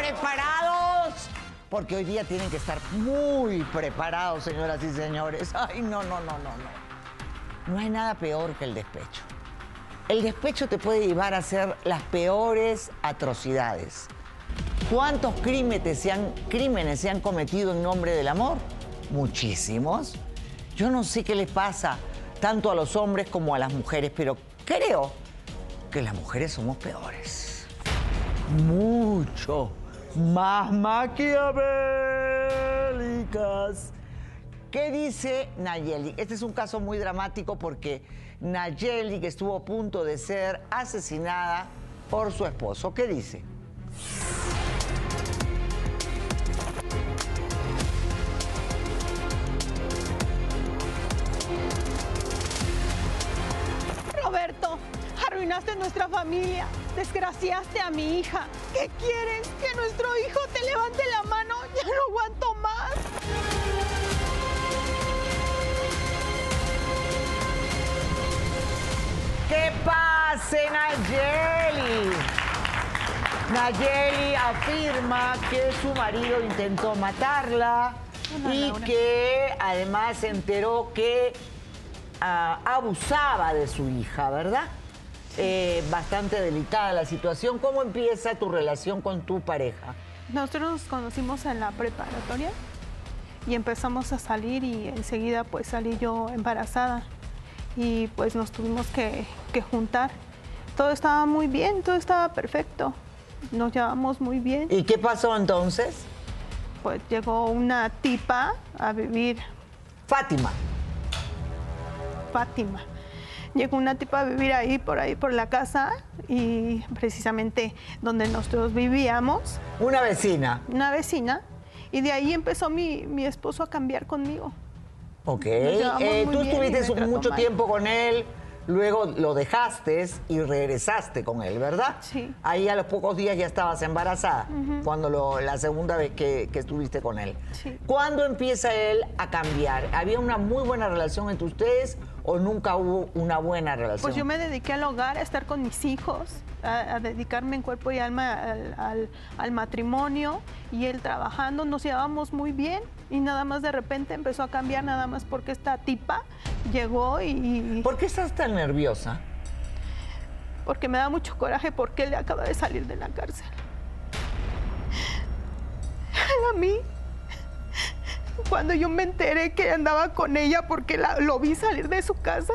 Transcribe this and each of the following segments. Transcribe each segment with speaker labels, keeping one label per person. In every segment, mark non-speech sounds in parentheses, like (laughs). Speaker 1: preparados. Porque hoy día tienen que estar muy preparados, señoras y señores. Ay, no, no, no, no, no. No hay nada peor que el despecho. El despecho te puede llevar a hacer las peores atrocidades. ¿Cuántos crímenes se han, crímenes se han cometido en nombre del amor? Muchísimos. Yo no sé qué les pasa tanto a los hombres como a las mujeres, pero creo que las mujeres somos peores. Mucho más maquiavélicas. ¿Qué dice Nayeli? Este es un caso muy dramático porque Nayeli, que estuvo a punto de ser asesinada por su esposo, ¿qué dice?
Speaker 2: Roberto, arruinaste nuestra familia, desgraciaste a mi hija. ¿Qué quieres? Que nuestro hijo te levante la mano, ya no aguanto más.
Speaker 1: ¿Qué pase, Nayeli? Nayeli afirma que su marido intentó matarla
Speaker 2: Una
Speaker 1: y
Speaker 2: Laura.
Speaker 1: que además se enteró que ah, abusaba de su hija, ¿verdad? Eh, bastante delicada la situación. ¿Cómo empieza tu relación con tu pareja?
Speaker 2: Nosotros nos conocimos en la preparatoria y empezamos a salir y enseguida pues salí yo embarazada y pues nos tuvimos que, que juntar. Todo estaba muy bien, todo estaba perfecto. Nos llevamos muy bien.
Speaker 1: ¿Y qué pasó entonces?
Speaker 2: Pues llegó una tipa a vivir,
Speaker 1: Fátima.
Speaker 2: Fátima. Llegó una tipa a vivir ahí, por ahí, por la casa y precisamente donde nosotros vivíamos,
Speaker 1: Una vecina.
Speaker 2: una vecina. Y de ahí empezó mi, mi esposo a cambiar conmigo.
Speaker 1: Ok.
Speaker 2: Nos llevamos
Speaker 1: Eh,
Speaker 2: muy bien
Speaker 1: tú
Speaker 2: y
Speaker 1: estuviste
Speaker 2: me
Speaker 1: su-
Speaker 2: trató
Speaker 1: mucho
Speaker 2: mal.
Speaker 1: tiempo con él, luego lo dejaste y regresaste con él, ¿verdad?
Speaker 2: Sí.
Speaker 1: Ahí a los pocos días ya estabas embarazada, cuando lo- la segunda vez que, que estuviste con él.
Speaker 2: Sí.
Speaker 1: ¿Cuándo empieza él a cambiar? ¿Había una muy buena relación entre ustedes o nunca hubo una buena relación?
Speaker 2: Pues yo me dediqué al hogar, a estar con mis hijos, a, a dedicarme en cuerpo y alma al, al- al matrimonio y él trabajando, nos llevábamos muy bien y nada más de repente empezó a cambiar nada más porque esta tipa llegó y... y-
Speaker 1: ¿Por qué estás tan nerviosa?
Speaker 2: porque me da mucho coraje porque él acaba de salir de la cárcel. A mí, cuando yo me enteré que andaba con ella porque la- lo vi salir de su casa,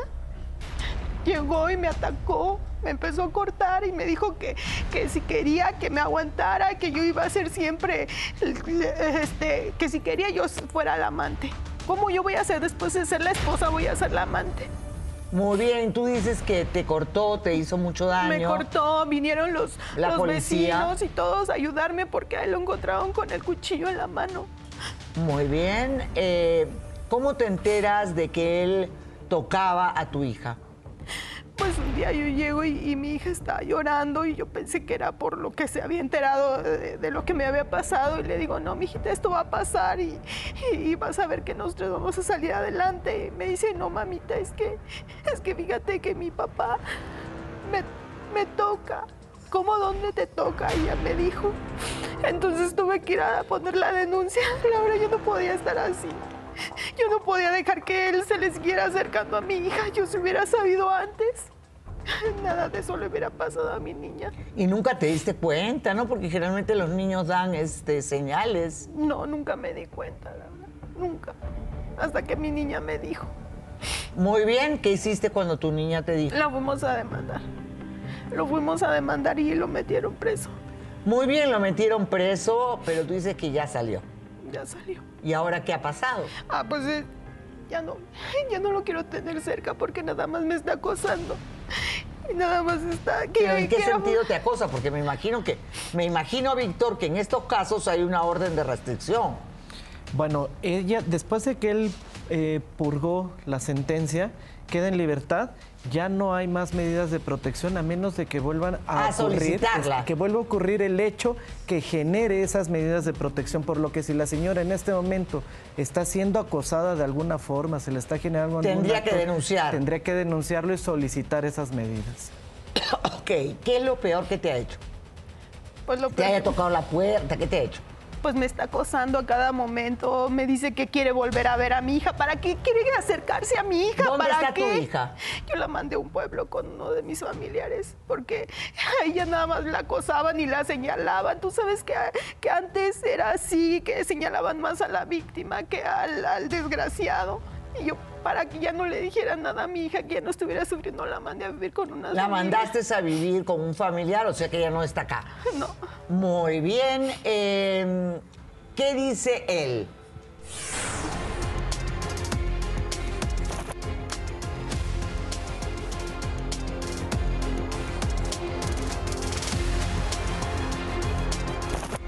Speaker 2: llegó y me atacó, me empezó a cortar y me dijo que, que si quería que me aguantara, que yo iba a ser siempre, este, que si quería yo fuera la amante. ¿Cómo yo voy a ser después de ser la esposa, voy a ser la amante?
Speaker 1: Muy bien, tú dices que te cortó, te hizo mucho daño.
Speaker 2: Me cortó, vinieron los,
Speaker 1: La
Speaker 2: los
Speaker 1: policía.
Speaker 2: vecinos y todos a ayudarme porque a él lo encontraron con el cuchillo en la mano.
Speaker 1: Muy bien. Eh, ¿Cómo te enteras de que él tocaba a tu hija?
Speaker 2: Pues un día yo llego y, y mi hija estaba llorando y yo pensé que era por lo que se había enterado de, de lo que me había pasado y le digo, no, mijita, esto va a pasar y, y- y vas a ver que nosotros vamos a salir adelante. Y me dice, no, mamita, es que, es que fíjate que mi papá me, me toca. ¿Cómo dónde te toca? Ella me dijo. Entonces tuve que ir a poner la denuncia. (laughs) Laura, yo no podía estar así. Yo no podía dejar que él se le siguiera acercando a mi hija. Yo si hubiera sabido antes, nada de eso le hubiera pasado a mi niña.
Speaker 1: Y nunca te diste cuenta, ¿no? Porque generalmente los niños dan este, señales.
Speaker 2: No, nunca me di cuenta, Laura. Nunca. Hasta que mi niña me dijo.
Speaker 1: Muy bien, ¿qué hiciste cuando tu niña te dijo?
Speaker 2: La fuimos a demandar. Lo fuimos a demandar y lo metieron preso.
Speaker 1: Muy bien, lo metieron preso, pero tú dices que ya salió.
Speaker 2: Ya salió.
Speaker 1: ¿Y ahora qué ha pasado?
Speaker 2: Ah, pues eh, ya no, ya no lo quiero tener cerca porque nada más me está acosando. Y nada más está.
Speaker 1: ¿Pero en qué
Speaker 2: quiero-
Speaker 1: sentido te acosa? Porque me imagino que, me imagino, Víctor, que en estos casos hay una orden de restricción. (coughs)
Speaker 3: Bueno, ella, después de que él eh, purgó la sentencia, queda en libertad, ya no hay más medidas de protección a menos de que vuelvan a,
Speaker 1: A
Speaker 3: ocurrir-
Speaker 1: solicitarla.
Speaker 3: que vuelva a ocurrir el hecho que genere esas medidas de protección, por lo que si la señora en este momento está siendo acosada de alguna forma, se le está generando algún
Speaker 1: Tendría que denunciar.
Speaker 3: Tendría que denunciarlo y solicitar esas medidas.
Speaker 1: Ok, ¿qué es lo peor que te ha hecho?
Speaker 2: Pues lo
Speaker 1: Te haya
Speaker 2: peor-
Speaker 1: tocado la puerta, ¿qué te ha hecho?
Speaker 2: pues me está acosando a cada momento, me dice que quiere volver a ver a mi hija, ¿para qué quiere acercarse a mi hija?
Speaker 1: ¿Dónde
Speaker 2: ¿Para
Speaker 1: está tu
Speaker 2: qué?
Speaker 1: hija?
Speaker 2: Yo la mandé a un pueblo con uno de mis familiares porque (laughs) a ella nada más la acosaban y la señalaban. Tú sabes que, que antes era así, que señalaban más a la víctima que al, al desgraciado. Y yo para que ya no le dijera nada a mi hija, que ya no estuviera sufriendo, la mandé a vivir con una
Speaker 1: La mandaste a vivir con un familiar, o sea que ella no está acá.
Speaker 2: No.
Speaker 1: Muy bien. eh, ¿Qué dice él?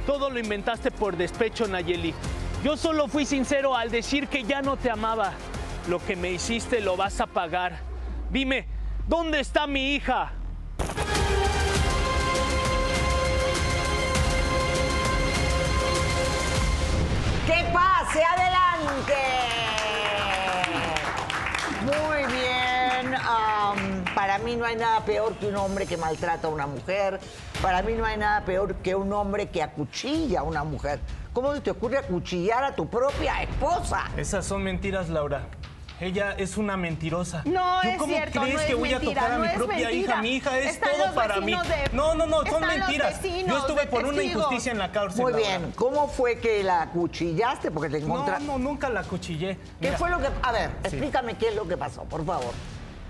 Speaker 4: Todo lo inventaste por despecho, Nayeli. Yo solo fui sincero al decir que ya no te amaba. Lo que me hiciste lo vas a pagar. Dime, ¿dónde está mi hija?
Speaker 1: ¡Que pase adelante! Muy bien. am, para mí no hay nada peor que un hombre que maltrata a una mujer. Para mí no hay nada peor que un hombre que acuchilla a una mujer. ¿Cómo se te ocurre acuchillar a tu propia esposa?
Speaker 5: Esas son mentiras, Laura. Ella es una mentirosa.
Speaker 2: No
Speaker 5: ¿Yo
Speaker 2: es
Speaker 5: cómo
Speaker 2: cierto,
Speaker 5: crees
Speaker 2: no
Speaker 5: que
Speaker 2: es
Speaker 5: voy
Speaker 2: mentira,
Speaker 5: a tocar a
Speaker 2: no
Speaker 5: mi
Speaker 2: es
Speaker 5: propia
Speaker 2: mentira.
Speaker 5: hija? Mi hija es
Speaker 2: Están
Speaker 5: todo
Speaker 2: los
Speaker 5: para mí.
Speaker 2: vecinos de-
Speaker 5: No, no, no, son
Speaker 2: están los
Speaker 5: mentiras. Yo
Speaker 2: vecinos
Speaker 5: estuve
Speaker 2: de
Speaker 5: por una
Speaker 2: testigos.
Speaker 5: injusticia en la cárcel.
Speaker 1: Muy
Speaker 5: Laura.
Speaker 1: bien. ¿Cómo fue que la acuchillaste? Porque te
Speaker 5: No,
Speaker 1: encontraste.
Speaker 5: no, nunca la cuchillé.
Speaker 1: ¿Qué
Speaker 5: Mira,
Speaker 1: fue lo que.? A ver, explícame qué es lo que pasó, por favor.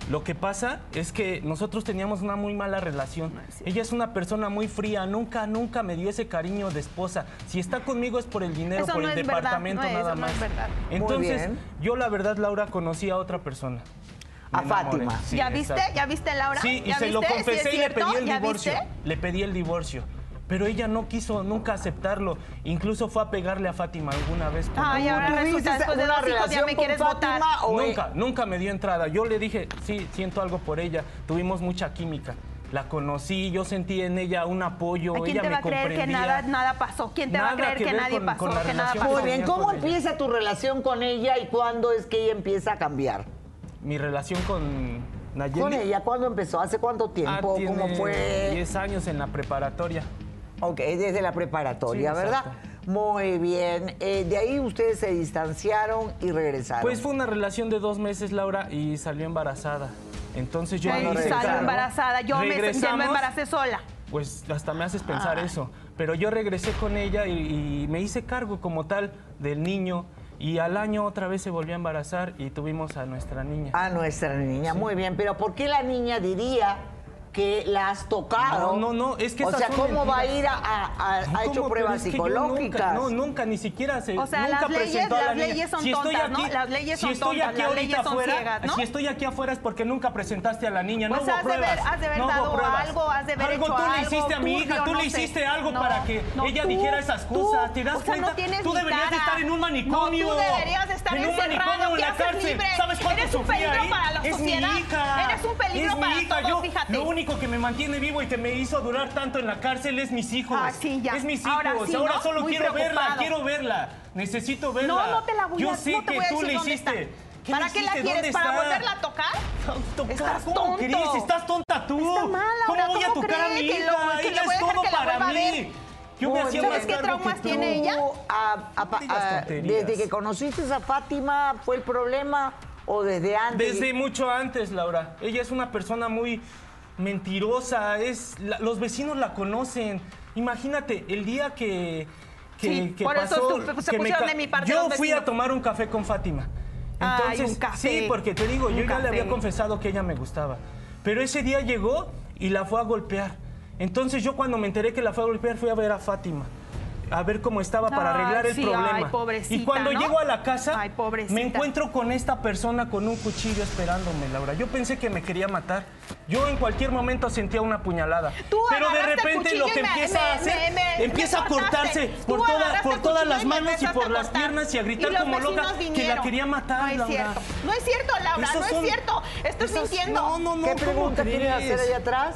Speaker 5: Lo que pasa es que nosotros teníamos una muy mala relación. Ella es una persona muy fría, nunca, nunca me dio ese cariño de esposa. Si está conmigo es por el dinero,
Speaker 2: Eso
Speaker 5: por
Speaker 2: no
Speaker 5: el
Speaker 2: es verdad,
Speaker 5: departamento,
Speaker 2: no, eso
Speaker 5: nada
Speaker 2: no
Speaker 5: más.
Speaker 2: es verdad.
Speaker 1: Muy
Speaker 5: Entonces,
Speaker 1: bien.
Speaker 5: yo la verdad, Laura, conocí a otra persona.
Speaker 1: A
Speaker 5: enamoré.
Speaker 1: Fátima.
Speaker 5: Sí,
Speaker 2: ¿Ya viste?
Speaker 5: exacto.
Speaker 2: ¿Ya viste, Laura?
Speaker 5: Sí, y
Speaker 2: ¿Ya
Speaker 5: se lo
Speaker 2: viste? ¿Sí
Speaker 5: confesé
Speaker 2: es
Speaker 5: y le
Speaker 2: cierto?
Speaker 5: pedí el
Speaker 2: ¿Ya
Speaker 5: divorcio.
Speaker 2: viste?
Speaker 5: Le pedí el divorcio. Pero ella no quiso nunca aceptarlo. Incluso fue a pegarle a Fátima alguna vez. por
Speaker 2: Ay,
Speaker 5: amor.
Speaker 2: ahora resulta después de dos hijos ya me quieres votar.
Speaker 5: Nunca, nunca me dio entrada. Yo le dije, sí, siento algo por ella. Tuvimos mucha química. La conocí, yo sentí en ella un apoyo.
Speaker 2: ¿A quién
Speaker 5: ella
Speaker 2: te
Speaker 5: me
Speaker 2: va a creer que
Speaker 5: comprendía.
Speaker 2: nada, nada pasó? ¿Quién te va a
Speaker 5: Nada
Speaker 2: creer
Speaker 5: que
Speaker 2: que,
Speaker 5: ver
Speaker 2: nadie
Speaker 5: con-
Speaker 2: pasó?
Speaker 5: con la
Speaker 2: que nada
Speaker 5: relación
Speaker 2: pasó.
Speaker 1: Muy bien,
Speaker 5: tenía
Speaker 1: ¿cómo
Speaker 5: con ella.
Speaker 1: empieza tu relación con ella y cuándo es que ella empieza a cambiar?
Speaker 5: Mi relación con Nayeli.
Speaker 1: ¿Con ella cuándo empezó? ¿Hace cuánto
Speaker 5: ah,
Speaker 1: tiempo?
Speaker 5: tiene
Speaker 1: ¿Cómo fue?
Speaker 5: 10 años en la preparatoria.
Speaker 1: Ok, desde la preparatoria,
Speaker 5: Sí,
Speaker 1: ¿verdad?
Speaker 5: exacto.
Speaker 1: Muy bien. Eh, de ahí ustedes se distanciaron y regresaron.
Speaker 5: Pues fue una relación de dos meses, Laura, y salió embarazada. Entonces yo
Speaker 2: Ay,
Speaker 5: ahí-
Speaker 2: salgo
Speaker 1: regresaron.
Speaker 2: embarazada. Yo me, yo
Speaker 5: Regresamos.
Speaker 2: me embaracé Ah. sola.
Speaker 5: Pues hasta me haces pensar eso. Pero yo regresé con ella y, y me hice cargo como tal del niño. Y al año otra vez se volvió a embarazar y tuvimos a nuestra niña.
Speaker 1: A nuestra niña, muy bien. Pero ¿por qué la niña diría que la has tocado?
Speaker 5: No, no, no, es que
Speaker 1: O
Speaker 5: esas
Speaker 1: sea,
Speaker 5: son
Speaker 1: ¿cómo va a ir a,
Speaker 5: mentiras.
Speaker 1: a- a-
Speaker 5: No,
Speaker 1: ha hecho
Speaker 5: ¿cómo? Pero
Speaker 1: pruebas
Speaker 5: es que yo Nunca,
Speaker 1: psicológicas?
Speaker 5: no, nunca, ni siquiera se.
Speaker 2: O sea,
Speaker 5: nunca
Speaker 2: las leyes-
Speaker 5: presentó a la
Speaker 2: las
Speaker 5: niña.
Speaker 2: leyes son
Speaker 5: Si estoy
Speaker 2: tontas, ¿no?
Speaker 5: aquí-
Speaker 2: Las leyes
Speaker 5: si
Speaker 2: son
Speaker 5: estoy
Speaker 2: tontas,
Speaker 5: aquí
Speaker 2: las
Speaker 5: ahorita
Speaker 2: leyes son
Speaker 5: afuera,
Speaker 2: ciegas, ¿no?
Speaker 5: Si estoy aquí afuera es porque nunca presentaste a la niña.
Speaker 2: Pues
Speaker 5: no hubo
Speaker 2: has de haber-
Speaker 5: pruebas.
Speaker 2: has de haber
Speaker 5: no hubo
Speaker 2: dado
Speaker 5: pruebas.
Speaker 2: algo, has de haber
Speaker 5: algo
Speaker 2: hecho
Speaker 5: tú le
Speaker 2: algo,
Speaker 5: hiciste a mi hija,
Speaker 2: turbio,
Speaker 5: tú
Speaker 2: no
Speaker 5: le
Speaker 2: sé.
Speaker 5: hiciste algo
Speaker 2: No,
Speaker 5: para que
Speaker 2: no,
Speaker 5: ella
Speaker 2: tú,
Speaker 5: dijera esas
Speaker 2: tú.
Speaker 5: cosas. ¿Te das
Speaker 2: O sea, no
Speaker 5: cuenta?
Speaker 2: tienes
Speaker 5: tú
Speaker 2: ni
Speaker 5: deberías de
Speaker 2: cara.
Speaker 5: estar en un manicomio.
Speaker 2: No, tú deberías de estar
Speaker 5: en un
Speaker 2: encerrado,
Speaker 5: manicomio en
Speaker 2: ¿qué
Speaker 5: la
Speaker 2: haces
Speaker 5: cárcel.
Speaker 2: libre?
Speaker 5: ¿Sabes cuánto
Speaker 2: Eres un
Speaker 5: sufrí
Speaker 2: peligro
Speaker 5: ahí?
Speaker 2: para la
Speaker 5: es
Speaker 2: sociedad.
Speaker 5: mi hija.
Speaker 2: Eres un peligro
Speaker 5: es mi
Speaker 2: para
Speaker 5: hija.
Speaker 2: todos,
Speaker 5: Yo,
Speaker 2: fíjate.
Speaker 5: Lo único que me mantiene vivo y que me hizo durar tanto en la cárcel es mis hijos.
Speaker 2: Ah, sí, ya.
Speaker 5: Es mis hijos.
Speaker 2: Ahora
Speaker 5: Ahora,
Speaker 2: sí, ¿no?
Speaker 5: solo
Speaker 2: Muy
Speaker 5: quiero verla,
Speaker 2: preocupado.
Speaker 5: quiero verla. Necesito verla.
Speaker 2: No, no te la voy a
Speaker 5: Yo sé
Speaker 2: no te
Speaker 5: que
Speaker 2: voy a
Speaker 5: tú
Speaker 2: decir
Speaker 5: le
Speaker 2: dónde está.
Speaker 5: hiciste.
Speaker 2: ¿Para
Speaker 5: le
Speaker 2: qué la
Speaker 5: hiciste?
Speaker 2: quieres?
Speaker 5: ¿Dónde
Speaker 2: ¿Para
Speaker 5: está?
Speaker 2: volverla a tocar?
Speaker 5: ¿Tocar?
Speaker 2: Estás
Speaker 5: ¿Cómo
Speaker 2: tonto.
Speaker 5: crees? Estás tonta tú.
Speaker 2: Está mala,
Speaker 5: ¿Cómo
Speaker 2: Laura,
Speaker 5: voy a
Speaker 2: ¿cómo
Speaker 5: tocar a mi
Speaker 2: cree que
Speaker 5: hija?
Speaker 2: lo- que
Speaker 5: ella
Speaker 2: lo voy a
Speaker 5: es
Speaker 2: dejar
Speaker 5: todo
Speaker 2: que la
Speaker 5: para
Speaker 2: vuelva a ver?
Speaker 5: mí. Yo me hacía
Speaker 2: ¿Sabes
Speaker 5: más
Speaker 2: qué
Speaker 5: cargo
Speaker 2: traumas
Speaker 5: que tú.
Speaker 2: tiene ella?
Speaker 1: A- a-
Speaker 5: No digas
Speaker 1: a-
Speaker 5: tonterías.
Speaker 1: desde que conociste a Fátima fue el problema o desde antes.
Speaker 5: Desde mucho antes, Laura. Ella es una persona muy mentirosa. Es la- los vecinos la conocen. Imagínate, el día que, que,
Speaker 2: Sí,
Speaker 5: que
Speaker 2: por eso
Speaker 5: pasó,
Speaker 2: tú- se
Speaker 5: que me
Speaker 2: pusieron
Speaker 5: ca-
Speaker 2: de mi parte
Speaker 5: Yo
Speaker 2: los
Speaker 5: fui a
Speaker 2: vecinos.
Speaker 5: tomar un café con Fátima.
Speaker 2: Ay,
Speaker 5: Entonces,
Speaker 2: un café,
Speaker 5: sí, porque te digo, yo
Speaker 2: un
Speaker 5: ya le había
Speaker 2: café.
Speaker 5: confesado que ella me gustaba. Pero ese día llegó y la fue a golpear. Entonces yo cuando me enteré que la fue a golpear fui a ver a Fátima. A ver cómo estaba para
Speaker 2: Ay,
Speaker 5: arreglar el
Speaker 2: Ah, sí, ay,
Speaker 5: problema.
Speaker 2: pobrecita,
Speaker 5: y cuando
Speaker 2: ¿no?
Speaker 5: llego a la casa,
Speaker 2: Ay, pobrecita.
Speaker 5: me encuentro encuentro con esta persona con un cuchillo esperándome, Laura. Yo pensé que me quería matar. Yo en cualquier momento sentía una puñalada.
Speaker 2: Tú
Speaker 5: Pero de
Speaker 2: agarraste el
Speaker 5: repente
Speaker 2: cuchillo
Speaker 5: lo
Speaker 2: y
Speaker 5: que
Speaker 2: me-
Speaker 5: empieza
Speaker 2: me-
Speaker 5: a hacer,
Speaker 2: me- me-
Speaker 5: empieza
Speaker 2: me
Speaker 5: a
Speaker 2: cortaste.
Speaker 5: cortarse por,
Speaker 2: Tú
Speaker 5: toda-
Speaker 2: agarraste
Speaker 5: por
Speaker 2: el
Speaker 5: todas
Speaker 2: cuchillo
Speaker 5: las
Speaker 2: y me
Speaker 5: manos y
Speaker 2: empezaste
Speaker 5: por
Speaker 2: a
Speaker 5: las
Speaker 2: cortar.
Speaker 5: piernas y a gritar
Speaker 2: Y los
Speaker 5: como loca
Speaker 2: vecinos
Speaker 5: que la
Speaker 2: vinieron.
Speaker 5: quería matar,
Speaker 2: No es
Speaker 5: Laura.
Speaker 2: cierto, no es cierto, Laura,
Speaker 5: Esas
Speaker 2: no es
Speaker 5: son-
Speaker 2: cierto. Estás
Speaker 5: esas-
Speaker 2: mintiendo.
Speaker 5: No, no, no.
Speaker 1: ¿Qué
Speaker 5: ¿cómo
Speaker 1: pregunta quieres
Speaker 5: crees?
Speaker 1: hacer allá atrás?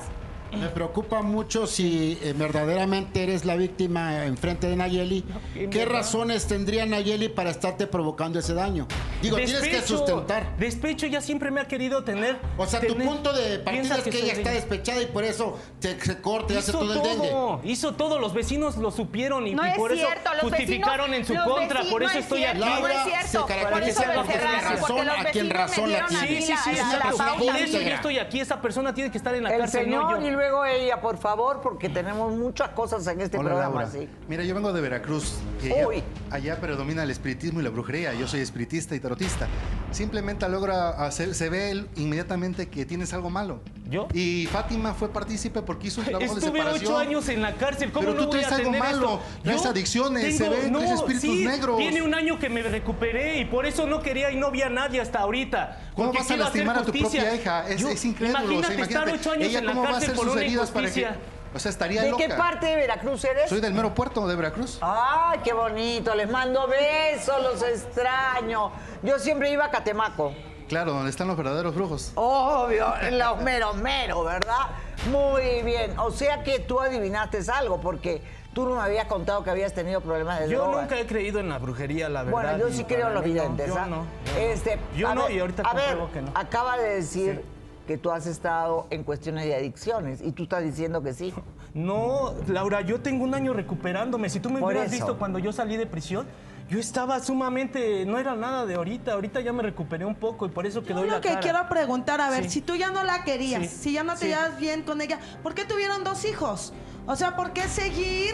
Speaker 6: Me preocupa mucho si eh, verdaderamente eres la víctima en frente de Nayeli. ¿Qué, razones tendría Nayeli para estarte provocando ese daño? Digo, tienes que
Speaker 5: Despecho.
Speaker 6: sustentar.
Speaker 5: Despecho ya siempre me ha querido tener.
Speaker 6: O sea, tu
Speaker 5: tener-
Speaker 6: punto de partida
Speaker 5: Piensa
Speaker 6: es que,
Speaker 5: soy
Speaker 6: ella está
Speaker 5: de-
Speaker 6: despechada y por eso te, se corta y hace
Speaker 5: Hizo
Speaker 6: todo
Speaker 5: todo,
Speaker 6: el dengue.
Speaker 5: hizo todo, los vecinos lo supieron y,
Speaker 2: No
Speaker 5: y
Speaker 2: es
Speaker 5: por
Speaker 2: cierto,
Speaker 5: eso
Speaker 2: los
Speaker 5: justificaron
Speaker 2: vecinos-
Speaker 5: en
Speaker 2: los
Speaker 5: su contra,
Speaker 2: vecinos-
Speaker 5: por eso
Speaker 2: no es
Speaker 5: estoy
Speaker 2: cierto,
Speaker 5: aquí.
Speaker 2: no es
Speaker 6: Laura
Speaker 2: cierto,
Speaker 6: se
Speaker 2: por eso
Speaker 6: caracteriza
Speaker 2: lo
Speaker 6: por tener
Speaker 2: encerraron, porque
Speaker 6: razón
Speaker 2: los
Speaker 6: a quien
Speaker 2: vecinos
Speaker 6: razón
Speaker 2: me
Speaker 6: la
Speaker 2: dieron a
Speaker 6: tiene.
Speaker 2: mí
Speaker 5: Sí, sí, sí,
Speaker 2: la- la-
Speaker 5: exacto.
Speaker 2: la pauta
Speaker 5: Por eso yo
Speaker 2: íntegra.
Speaker 5: estoy aquí. Esa persona tiene que estar en la
Speaker 1: El
Speaker 5: cárcel, no
Speaker 1: señor
Speaker 5: yo.
Speaker 1: y luego ella, por favor, porque tenemos muchas cosas en este
Speaker 7: Hola,
Speaker 1: programa
Speaker 7: Laura.
Speaker 1: así.
Speaker 7: Mira, yo vengo de Veracruz. que allá-
Speaker 1: Uy.
Speaker 7: allá predomina el espiritismo y la brujería. Yo soy espiritista y tarotista. Simplemente logra hacer, se ve el- inmediatamente que tienes algo malo.
Speaker 5: ¿Yo?
Speaker 7: Y Fátima fue partícipe porque hizo un trabajo de
Speaker 5: Estuve
Speaker 7: separación.
Speaker 5: ocho años en la cárcel. ¿Cómo
Speaker 7: Pero
Speaker 5: no
Speaker 7: tú
Speaker 5: voy a
Speaker 7: traes algo
Speaker 5: tener
Speaker 7: malo,
Speaker 5: esto?
Speaker 7: traes
Speaker 5: Yo
Speaker 7: adicciones, se
Speaker 5: tengo-
Speaker 7: ve, traes espíritus
Speaker 5: sí,
Speaker 7: negros.
Speaker 5: Tiene un año que me recuperé y por eso no quería y no vi a nadie hasta ahorita.
Speaker 7: ¿Cómo
Speaker 5: porque
Speaker 7: vas a
Speaker 5: quiero hacer
Speaker 7: lastimar a tu
Speaker 5: justicia.
Speaker 7: propia hija? Es,
Speaker 5: Yo-
Speaker 7: es incrédulo. o sea,
Speaker 5: Imagínate, estar ocho años
Speaker 7: ella
Speaker 5: en la
Speaker 7: cómo va a
Speaker 5: cárcel
Speaker 7: hacer
Speaker 5: por
Speaker 7: sus
Speaker 5: una
Speaker 7: heridas para que...
Speaker 5: injusticia.
Speaker 7: O sea, estaría
Speaker 1: ¿De
Speaker 7: loca.
Speaker 1: qué parte de Veracruz eres?
Speaker 7: Soy del mero puerto de Veracruz.
Speaker 1: ¡Ay, qué bonito! Les mando besos, los extraño. Yo siempre iba a Catemaco.
Speaker 7: Claro, donde están los verdaderos brujos.
Speaker 1: Obvio, los mero mero, ¿verdad? Muy bien. O sea que tú adivinaste algo, porque tú no me habías contado que habías tenido problemas de
Speaker 5: Yo
Speaker 1: drogas.
Speaker 5: nunca he creído en la brujería, la verdad.
Speaker 1: Bueno, yo
Speaker 5: y
Speaker 1: sí creo en
Speaker 5: para
Speaker 1: los
Speaker 5: mí no,
Speaker 1: videntes,
Speaker 5: yo
Speaker 1: ¿ah?
Speaker 5: no, yo no.
Speaker 1: Este,
Speaker 5: Yo
Speaker 1: a
Speaker 5: no,
Speaker 1: ver,
Speaker 5: y ahorita
Speaker 1: a ver,
Speaker 5: compruebo que no.
Speaker 1: acaba de decir que tú has estado en cuestiones de adicciones y tú estás diciendo
Speaker 5: (laughs)
Speaker 1: que sí.
Speaker 5: No, Laura, yo tengo un año recuperándome. Si tú me
Speaker 1: Por
Speaker 5: hubieras
Speaker 1: eso.
Speaker 5: visto cuando yo salí de prisión, yo estaba sumamente, no era nada de ahorita. Ahorita ya me recuperé un poco y por eso que
Speaker 8: Yo
Speaker 5: doy
Speaker 8: lo
Speaker 5: la
Speaker 8: que
Speaker 5: cara.
Speaker 8: quiero preguntar, a ver,
Speaker 5: Sí.
Speaker 8: si tú ya no la querías,
Speaker 5: Sí.
Speaker 8: si ya no te
Speaker 5: Sí.
Speaker 8: llevas bien con ella, ¿por qué tuvieron dos hijos? O sea, ¿por qué seguir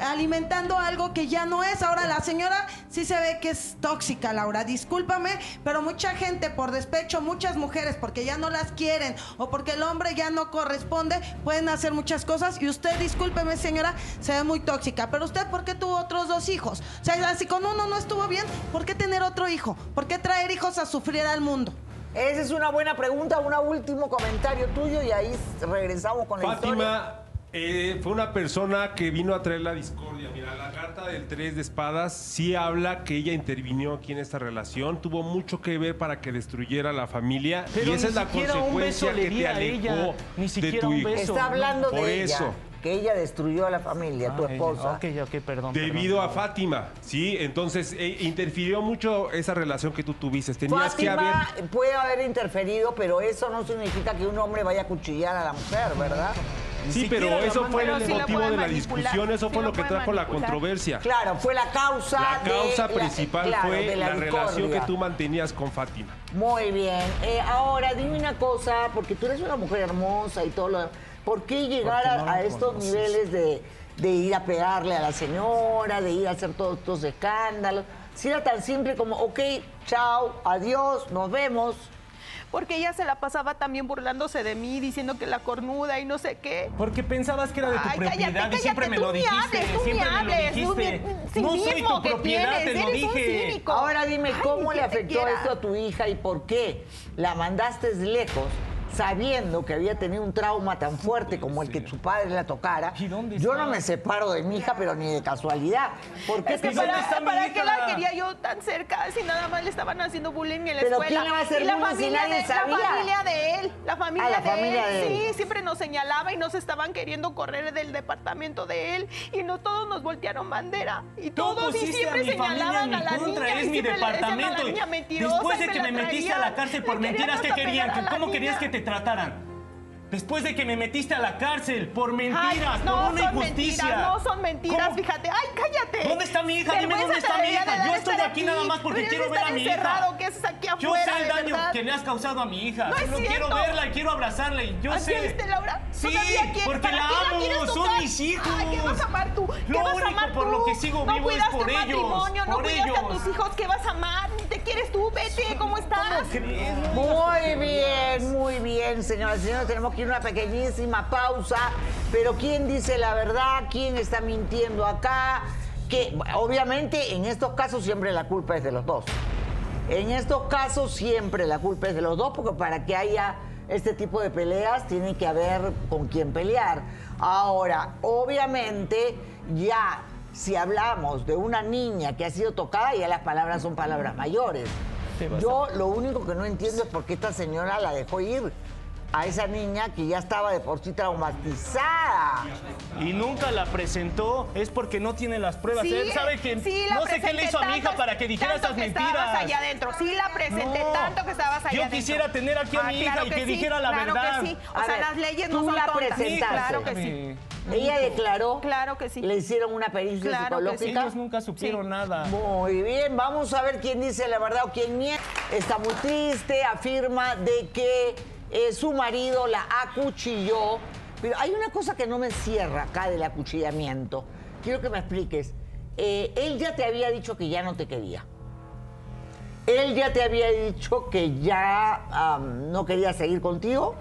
Speaker 8: alimentando algo que ya no es? Ahora, la señora sí se ve que es tóxica, Laura. Discúlpame, pero mucha gente por despecho, muchas mujeres, porque ya no las quieren o porque el hombre ya no corresponde, pueden hacer muchas cosas. Y usted, discúlpeme, señora, se ve muy tóxica. Pero usted, ¿por qué tuvo otros dos hijos? O sea, si con uno no estuvo bien, ¿por qué tener otro hijo? ¿Por qué traer hijos a sufrir al mundo?
Speaker 1: Esa es una buena pregunta, un último comentario tuyo y ahí regresamos con la historia.
Speaker 9: Fátima eh, fue una persona que vino a traer la discordia. Mira, la carta del 3 de espadas sí habla que ella intervinió aquí en esta relación, tuvo mucho que ver para que destruyera la familia
Speaker 5: Pero
Speaker 9: y esa
Speaker 5: ni
Speaker 9: es la
Speaker 5: siquiera un
Speaker 9: consecuencia
Speaker 5: beso le
Speaker 9: que
Speaker 5: di
Speaker 9: te
Speaker 5: a
Speaker 9: alejó
Speaker 5: ella, ni
Speaker 9: de
Speaker 5: siquiera
Speaker 9: tu
Speaker 5: un
Speaker 9: hijo.
Speaker 5: beso.
Speaker 1: Está hablando
Speaker 9: Por
Speaker 1: de ella,
Speaker 9: eso.
Speaker 1: que ella destruyó a la familia, tu
Speaker 5: Ah, ella.
Speaker 1: esposa.
Speaker 5: Ok, ok, perdón.
Speaker 9: Debido
Speaker 5: perdón.
Speaker 9: a Fátima, ¿sí? Entonces eh, interfirió mucho esa relación que tú tuviste. Tenías que haber...
Speaker 1: Fátima puede haber interferido, pero eso no significa que un hombre vaya a cuchillar a la mujer, ¿verdad?
Speaker 9: Sí,
Speaker 5: siquiera
Speaker 9: pero
Speaker 5: la
Speaker 9: eso
Speaker 5: mandaron.
Speaker 9: fue
Speaker 2: Pero
Speaker 9: el
Speaker 2: sí la
Speaker 9: motivo
Speaker 2: pueden
Speaker 9: de la
Speaker 2: manipular,
Speaker 9: discusión, eso
Speaker 2: sí
Speaker 9: fue
Speaker 2: la
Speaker 9: lo que
Speaker 2: pueden
Speaker 9: trajo la
Speaker 2: manipular.
Speaker 9: controversia.
Speaker 1: Claro, fue la causa
Speaker 9: La
Speaker 1: de
Speaker 9: causa
Speaker 1: la-
Speaker 9: principal
Speaker 1: claro,
Speaker 9: fue
Speaker 1: de
Speaker 9: la, relación que
Speaker 1: discordia.
Speaker 9: tú mantenías con Fátima.
Speaker 1: Muy bien. Eh, ahora, dime una cosa, porque tú eres una mujer hermosa y todo lo ¿Por qué llegar a, a estos niveles de, de ir a pegarle a la señora, de ir a hacer todos estos escándalos? Si era tan simple como, ok, chao, adiós, nos vemos.
Speaker 2: Porque ella se la pasaba también burlándose de mí, diciendo que la cornuda y no sé qué.
Speaker 5: Porque pensabas que era de tu
Speaker 2: Ay, cállate,
Speaker 5: propiedad y
Speaker 2: cállate,
Speaker 5: siempre me
Speaker 2: tú
Speaker 5: lo
Speaker 2: ni
Speaker 5: dijiste.
Speaker 2: hables, tú ni
Speaker 5: siempre me
Speaker 2: hables,
Speaker 5: lo
Speaker 2: tú ni-
Speaker 5: dijiste.
Speaker 2: cinismo
Speaker 5: no soy tu
Speaker 2: que
Speaker 5: propiedad, te
Speaker 2: tienes,
Speaker 5: lo
Speaker 2: eres un
Speaker 5: dije.
Speaker 2: cínico.
Speaker 1: Ahora dime,
Speaker 2: Ay,
Speaker 1: ¿cómo
Speaker 2: ni
Speaker 1: le
Speaker 2: que te
Speaker 1: afectó
Speaker 2: quiera.
Speaker 1: esto a tu hija y por qué la mandaste lejos? sabiendo que había tenido un trauma tan fuerte como el que su padre la tocara,
Speaker 5: ¿Y dónde
Speaker 1: yo
Speaker 5: está?
Speaker 1: no me separo de mi hija, pero ni de casualidad. ¿Por qué
Speaker 2: Es que
Speaker 1: te
Speaker 5: ¿Y dónde
Speaker 2: para,
Speaker 5: está mi
Speaker 2: para qué
Speaker 5: hija?
Speaker 2: la quería yo tan cerca si nada más le estaban haciendo bullying en la
Speaker 1: Pero
Speaker 2: escuela.
Speaker 1: ¿quién le va a hacer
Speaker 2: Y la
Speaker 1: bullying si
Speaker 2: familia
Speaker 1: nadie
Speaker 2: de,
Speaker 1: sabía?
Speaker 2: La familia de él, la familia,
Speaker 1: Ah, la
Speaker 2: de,
Speaker 1: familia
Speaker 2: él,
Speaker 1: de él.
Speaker 2: Sí, siempre nos señalaba y nos estaban queriendo correr del departamento de él y no todos nos voltearon bandera y
Speaker 5: Tú
Speaker 2: todos y
Speaker 5: pusiste
Speaker 2: siempre
Speaker 5: a mi familia en
Speaker 2: señalaban
Speaker 5: mi
Speaker 2: a la
Speaker 5: contra,
Speaker 2: niña
Speaker 5: es
Speaker 2: y
Speaker 5: mi
Speaker 2: siempre le decían a la
Speaker 5: departamento.
Speaker 2: niña mentirosa.
Speaker 5: Después
Speaker 2: y
Speaker 5: de que
Speaker 2: la
Speaker 5: me metiste a
Speaker 2: traían,
Speaker 5: la cárcel
Speaker 2: le
Speaker 5: por
Speaker 2: querían
Speaker 5: mentiras, ¿qué
Speaker 2: hasta pegar
Speaker 5: querían?
Speaker 2: a la
Speaker 5: ¿Cómo querías que
Speaker 2: niña.
Speaker 5: te trataran? Después de que me metiste a la cárcel por
Speaker 2: Ay,
Speaker 5: mentiras,
Speaker 2: no
Speaker 5: por una
Speaker 2: son
Speaker 5: injusticia.
Speaker 2: mentiras, no son mentiras,
Speaker 5: ¿Cómo?
Speaker 2: fíjate. Ay, cállate.
Speaker 5: ¿Dónde está mi hija? Dime
Speaker 2: Vergüenza
Speaker 5: dónde está
Speaker 2: te
Speaker 5: mi
Speaker 2: debería de
Speaker 5: hija.
Speaker 2: dar
Speaker 5: Yo
Speaker 2: estar
Speaker 5: estoy aquí nada más porque
Speaker 2: Deberías
Speaker 5: quiero ver
Speaker 2: estar
Speaker 5: a mi
Speaker 2: encerrado,
Speaker 5: hija.
Speaker 2: ¿Qué haces aquí
Speaker 5: Yo
Speaker 2: afuera?
Speaker 5: sé el
Speaker 2: de
Speaker 5: daño
Speaker 2: verdad?
Speaker 5: que le has causado a mi hija.
Speaker 2: No es
Speaker 5: Solo quiero
Speaker 2: cierto.
Speaker 5: verla y quiero abrazarla y yo
Speaker 2: ¿Aquí
Speaker 5: sé.
Speaker 2: viste, Laura? ¿Tú
Speaker 5: Sí,
Speaker 2: todavía quieres?
Speaker 5: porque
Speaker 2: ¿Para
Speaker 5: la
Speaker 2: qué la
Speaker 5: amo,
Speaker 2: quieres
Speaker 5: son
Speaker 2: tocar?
Speaker 5: mis hijos.
Speaker 2: Ay, ¿qué vas a amar tú? ¿Qué
Speaker 5: Lo
Speaker 2: vas a
Speaker 5: único
Speaker 2: amar
Speaker 5: por
Speaker 2: tú?
Speaker 5: lo que sigo
Speaker 2: no
Speaker 5: vivo es
Speaker 2: cuidaste
Speaker 5: por
Speaker 2: el
Speaker 5: ellos,
Speaker 2: matrimonio, no
Speaker 5: por
Speaker 2: cuidaste a
Speaker 5: ellos.
Speaker 2: tus hijos, ¿qué vas a amar? Ni te quieres tú, vete, ¿cómo estás?
Speaker 1: Muy bien, muy bien, señoras y señores. Tenemos que ir a una pequeñísima pausa. Pero ¿quién dice la verdad? ¿Quién está mintiendo acá? Que obviamente en estos casos siempre la culpa es de los dos. En estos casos siempre la culpa es de los dos, porque para que haya este tipo de peleas tiene que haber con quién pelear. Ahora, obviamente, ya si hablamos de una niña que ha sido tocada, ya las palabras son palabras mayores. Yo lo único que no entiendo es por qué esta señora la dejó ir. a esa niña que ya estaba de por sí traumatizada.
Speaker 5: Y nunca la presentó, es porque no tiene las pruebas.
Speaker 10: Sí,
Speaker 5: Él sabe que
Speaker 10: sí, la
Speaker 5: no sé qué le
Speaker 10: presenté
Speaker 5: hizo a mi hija
Speaker 10: tanto-
Speaker 5: para que dijera
Speaker 10: tanto
Speaker 5: esas
Speaker 10: que
Speaker 5: mentiras.
Speaker 10: Estabas allá adentro. Sí, la presenté
Speaker 5: No.
Speaker 10: tanto que estabas allá
Speaker 5: Yo
Speaker 10: adentro. Ah,
Speaker 5: quisiera tener aquí a mi hija y que
Speaker 10: sí,
Speaker 5: dijera la
Speaker 10: claro
Speaker 5: verdad.
Speaker 10: Que sí. O
Speaker 1: A
Speaker 10: sea,
Speaker 1: ver,
Speaker 10: las leyes
Speaker 1: tú
Speaker 10: no son
Speaker 1: la
Speaker 10: tontas.
Speaker 1: presentaste.
Speaker 10: claro que sí.
Speaker 1: Ella declaró.
Speaker 10: Claro que sí.
Speaker 1: Le hicieron una pericia
Speaker 10: Claro que sí.
Speaker 1: psicológica.
Speaker 5: Ellos nunca supieron nada.
Speaker 1: Muy bien, vamos a ver quién dice la verdad o quién niega. Está muy triste, afirma de que eh, su marido la acuchilló. Pero hay una cosa que no me cierra acá del acuchillamiento. Quiero que me expliques. Eh, él ya te había dicho que ya no te quería. Él ya te había dicho que ya am, no quería seguir contigo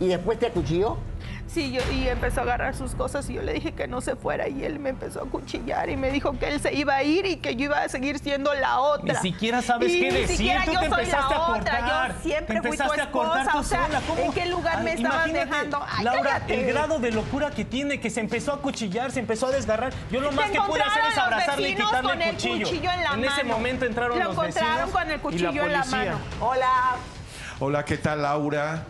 Speaker 1: y después te acuchilló.
Speaker 10: Sí, yo, y empezó a agarrar sus cosas y yo le dije que no se fuera y él me empezó a cuchillar y me dijo que él se iba a ir y que yo iba a seguir siendo la otra.
Speaker 5: Ni siquiera sabes
Speaker 10: Y
Speaker 5: qué
Speaker 10: ni
Speaker 5: decir,
Speaker 10: siquiera
Speaker 5: tú
Speaker 10: yo
Speaker 5: te
Speaker 10: soy
Speaker 5: empezaste
Speaker 10: la
Speaker 5: a
Speaker 10: otra,
Speaker 5: cortar,
Speaker 10: Yo siempre
Speaker 5: te
Speaker 10: fui
Speaker 5: empezaste
Speaker 10: tu
Speaker 5: a cortar
Speaker 10: esposa,
Speaker 5: tú
Speaker 10: o sea,
Speaker 5: sola, ¿cómo?
Speaker 10: ¿en qué lugar me
Speaker 5: Ay,
Speaker 10: estabas
Speaker 5: imagínate,
Speaker 10: dejando? Ay,
Speaker 5: Laura,
Speaker 10: cállate.
Speaker 5: el grado de locura que tiene, que se empezó a cuchillar, se empezó a desgarrar. Yo lo
Speaker 10: Se
Speaker 5: más que pude hacer
Speaker 10: encontraron
Speaker 5: es
Speaker 10: los
Speaker 5: abrazarle y
Speaker 10: vecinos
Speaker 5: quitarle
Speaker 10: con
Speaker 5: el
Speaker 10: el
Speaker 5: cuchillo.
Speaker 10: cuchillo en la
Speaker 5: ese
Speaker 10: mano.
Speaker 5: momento entraron
Speaker 10: Lo
Speaker 5: los
Speaker 10: encontraron
Speaker 5: vecinos
Speaker 10: con el
Speaker 5: y
Speaker 10: cuchillo en la
Speaker 5: policía.
Speaker 10: mano.
Speaker 1: Hola.
Speaker 11: Hola, ¿qué tal Laura?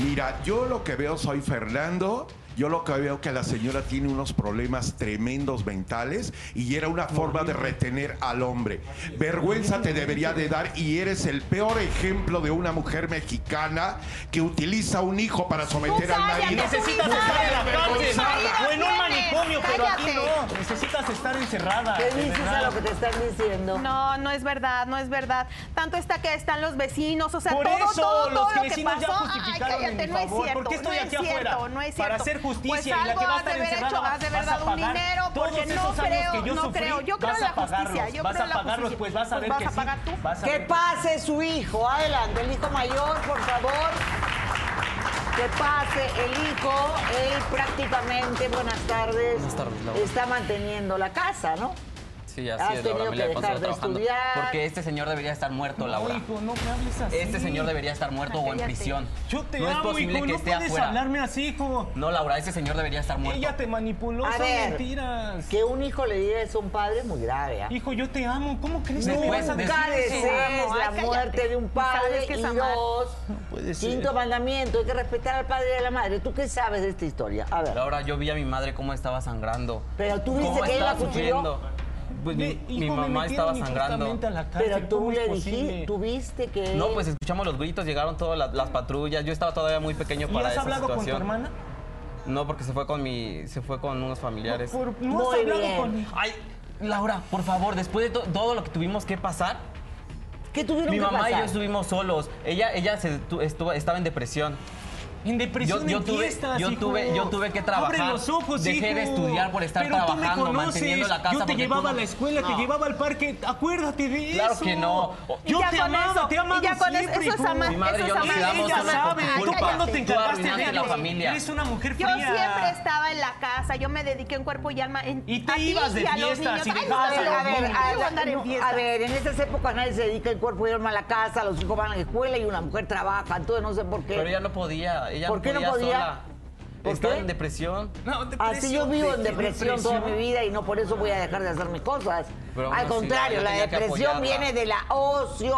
Speaker 11: Mira, yo lo que veo soy Fernando. Yo lo que veo que la señora tiene unos problemas tremendos mentales y era una forma de retener al hombre. Vergüenza te debería de dar y eres el peor ejemplo de una mujer mexicana que utiliza a un hijo para someter al
Speaker 10: cállate,
Speaker 11: marido.
Speaker 10: tú
Speaker 5: Necesitas
Speaker 10: misma
Speaker 5: estar en
Speaker 10: eres
Speaker 5: la cárcel
Speaker 10: vergonzada.
Speaker 5: o en un manicomio, pero aquí
Speaker 10: Cállate.
Speaker 5: no. Necesitas estar encerrada.
Speaker 1: ¿Qué
Speaker 5: de
Speaker 1: dices a
Speaker 5: verdad.
Speaker 1: lo que te están diciendo?
Speaker 10: No, no es verdad, no es verdad. Tanto está que están los vecinos, o sea,
Speaker 5: Por
Speaker 10: todo,
Speaker 5: eso
Speaker 10: todo, todo
Speaker 5: los
Speaker 10: lo que
Speaker 5: vecinos
Speaker 10: pasó.
Speaker 5: ya
Speaker 10: Ay,
Speaker 5: justificaron en
Speaker 10: cállate,
Speaker 5: mi
Speaker 10: no es
Speaker 5: favor.
Speaker 10: cierto,
Speaker 5: ¿Por qué estoy
Speaker 10: no
Speaker 5: aquí
Speaker 10: es
Speaker 5: afuera?
Speaker 10: cierto, no es
Speaker 5: Para
Speaker 10: cierto.
Speaker 5: hacer justicia
Speaker 10: pues
Speaker 5: y la que
Speaker 10: algo
Speaker 5: va a
Speaker 10: has
Speaker 5: estar
Speaker 10: de haber
Speaker 5: encerrada
Speaker 10: hecho,
Speaker 5: vas-
Speaker 10: has de haber
Speaker 5: vas a
Speaker 10: dado un
Speaker 5: pagar.
Speaker 10: dinero,
Speaker 5: Todos
Speaker 10: porque no
Speaker 5: esos años
Speaker 10: creo,
Speaker 5: que yo
Speaker 10: no
Speaker 5: sufrí,
Speaker 10: creo. Yo creo
Speaker 5: vas
Speaker 10: en la
Speaker 5: a pagarlos,
Speaker 10: justicia, yo
Speaker 5: vas
Speaker 10: creo en
Speaker 5: a
Speaker 10: la
Speaker 5: pagarlos,
Speaker 10: justicia.
Speaker 5: pues vas a
Speaker 10: Pues
Speaker 5: ver
Speaker 10: vas
Speaker 5: que
Speaker 10: a
Speaker 5: sí,
Speaker 10: pagar tú.
Speaker 5: vas a
Speaker 1: Que
Speaker 5: ver que-
Speaker 1: pase su hijo, adelante, el hijo mayor, por favor. Que pase el hijo, él prácticamente, buenas tardes,
Speaker 12: Buenas tardes, Laura.
Speaker 1: está manteniendo la casa, ¿no?
Speaker 12: Sí,
Speaker 1: Has
Speaker 12: así es,
Speaker 1: tenido
Speaker 12: Laura. Mila
Speaker 1: que
Speaker 12: Alfonso
Speaker 1: dejar de
Speaker 12: trabajando.
Speaker 1: estudiar.
Speaker 12: Porque este señor debería estar muerto,
Speaker 5: No,
Speaker 12: Laura.
Speaker 5: hijo, no me hables así.
Speaker 12: Este señor debería estar muerto o en
Speaker 10: Cállate.
Speaker 12: prisión.
Speaker 5: Yo te
Speaker 12: no es
Speaker 5: amo,
Speaker 12: posible
Speaker 5: hijo,
Speaker 12: que
Speaker 5: no
Speaker 12: esté
Speaker 5: puedes
Speaker 12: afuera.
Speaker 5: hablarme así, hijo.
Speaker 12: No, Laura, este señor debería estar muerto.
Speaker 5: Ella te manipuló,
Speaker 1: A
Speaker 5: son
Speaker 1: ver,
Speaker 5: mentiras.
Speaker 1: que un hijo le diga eso a un padre es muy grave. ¿ah?
Speaker 5: Hijo, yo te amo. ¿Cómo crees que me
Speaker 12: Después-
Speaker 5: vas a decir
Speaker 1: Nunca
Speaker 5: eso?
Speaker 1: desees
Speaker 10: Amo, ay,
Speaker 1: la
Speaker 10: cállate.
Speaker 1: muerte de un padre
Speaker 10: Sabes que
Speaker 1: y
Speaker 10: es amar.
Speaker 1: dos.
Speaker 5: puede ser.
Speaker 1: Quinto mandamiento, hay que respetar al padre y a la madre. ¿Tú qué sabes de esta historia? A ver.
Speaker 12: Laura, yo vi a mi madre cómo estaba sangrando.
Speaker 1: Pero tú viste
Speaker 12: ¿Cómo
Speaker 1: que él la
Speaker 12: estaba
Speaker 1: acuchilló?
Speaker 12: sufriendo? Pues mi,
Speaker 5: Ve,
Speaker 12: mi
Speaker 5: hijo, me
Speaker 12: mamá estaba
Speaker 5: metieron
Speaker 12: sangrando.
Speaker 5: injustamente a la cárcel,
Speaker 1: Pero tú
Speaker 5: ¿cómo es
Speaker 1: le
Speaker 5: posible?
Speaker 1: dijiste, tú viste que...
Speaker 12: No,
Speaker 1: él-
Speaker 12: pues escuchamos los gritos, llegaron todas las, las patrullas. Yo estaba todavía muy pequeño
Speaker 5: ¿Y
Speaker 12: para
Speaker 5: has
Speaker 12: esa
Speaker 5: hablado con tu
Speaker 12: situación.
Speaker 5: hermana?
Speaker 12: No, porque se fue con mi, se fue con unos familiares.
Speaker 5: Por- no
Speaker 1: Muy
Speaker 5: has hablado
Speaker 1: bien.
Speaker 5: con
Speaker 12: Ay, Laura, por favor, después de to- todo lo que tuvimos que pasar,
Speaker 1: ¿Qué tuvieron
Speaker 12: mi
Speaker 1: que
Speaker 12: mamá y yo
Speaker 1: pasar?
Speaker 12: estuvimos solos. Ella, ella se tu- estuvo- estaba en depresión.
Speaker 5: En depresión,
Speaker 12: Yo- yo
Speaker 5: en
Speaker 12: tuve-
Speaker 5: fiestas,
Speaker 12: yo
Speaker 5: hijo.
Speaker 12: tuve- yo tuve que trabajar.
Speaker 5: Abre los ojos,
Speaker 12: Dejé de
Speaker 5: hijo.
Speaker 12: estudiar por estar
Speaker 5: Pero
Speaker 12: trabajando,
Speaker 5: tú me conoces.
Speaker 12: manteniendo la casa,
Speaker 5: Yo te
Speaker 12: porque
Speaker 5: llevaba
Speaker 12: tú no-
Speaker 5: a la escuela, te
Speaker 12: No.
Speaker 5: llevaba al parque. Acuérdate de
Speaker 12: Claro
Speaker 5: eso.
Speaker 12: que no. O-
Speaker 10: Y
Speaker 5: Yo
Speaker 10: ya
Speaker 5: te
Speaker 10: con
Speaker 5: amaba,
Speaker 10: eso,
Speaker 5: te he amado
Speaker 10: y ya con eso-
Speaker 5: siempre,
Speaker 10: eso es
Speaker 5: hijo.
Speaker 10: amar,
Speaker 12: Mi madre
Speaker 10: eso
Speaker 12: y yo
Speaker 10: es
Speaker 12: nos
Speaker 10: amar.
Speaker 12: quedamos
Speaker 10: eso es
Speaker 5: Ella
Speaker 12: solos
Speaker 10: amar.
Speaker 12: por
Speaker 5: sabe.
Speaker 12: tu
Speaker 10: Ay,
Speaker 5: Tú
Speaker 12: culpa.
Speaker 5: cuando
Speaker 10: cállate.
Speaker 5: te
Speaker 12: Tú
Speaker 5: encargaste de
Speaker 12: arruinaste la
Speaker 5: ella,
Speaker 12: familia.
Speaker 5: Eres una mujer
Speaker 10: Yo
Speaker 5: fría.
Speaker 10: siempre estaba en la casa, yo me dediqué en cuerpo y alma. En,
Speaker 5: Y te
Speaker 10: a ti
Speaker 5: ibas de
Speaker 10: a los
Speaker 5: fiestas y
Speaker 10: niños. Ay,
Speaker 1: A
Speaker 5: dejabas
Speaker 10: no, pero
Speaker 1: ver, a ver,
Speaker 10: ¿cómo
Speaker 1: a,
Speaker 10: quiero andar en
Speaker 1: no,
Speaker 10: fiestas?
Speaker 1: a ver, en estas épocas nadie se dedica el cuerpo y alma a la casa, los hijos van a la escuela y una mujer trabaja, entonces no sé por qué.
Speaker 12: Pero ella no podía. Ella
Speaker 1: ¿Por qué no
Speaker 12: no podía?
Speaker 1: podía?
Speaker 12: sola.
Speaker 1: ¿Por
Speaker 12: Estaba
Speaker 1: qué?
Speaker 12: en depresión.
Speaker 5: No,
Speaker 1: Así yo
Speaker 5: depresión,
Speaker 1: vivo en
Speaker 5: te-
Speaker 1: depresión, toda mi vida y no por eso voy a dejar de hacer mis cosas.
Speaker 12: Pero aún
Speaker 1: Al
Speaker 12: así,
Speaker 1: contrario,
Speaker 12: yo
Speaker 1: la
Speaker 12: tenía que
Speaker 1: depresión
Speaker 12: apoyarla.
Speaker 1: viene de la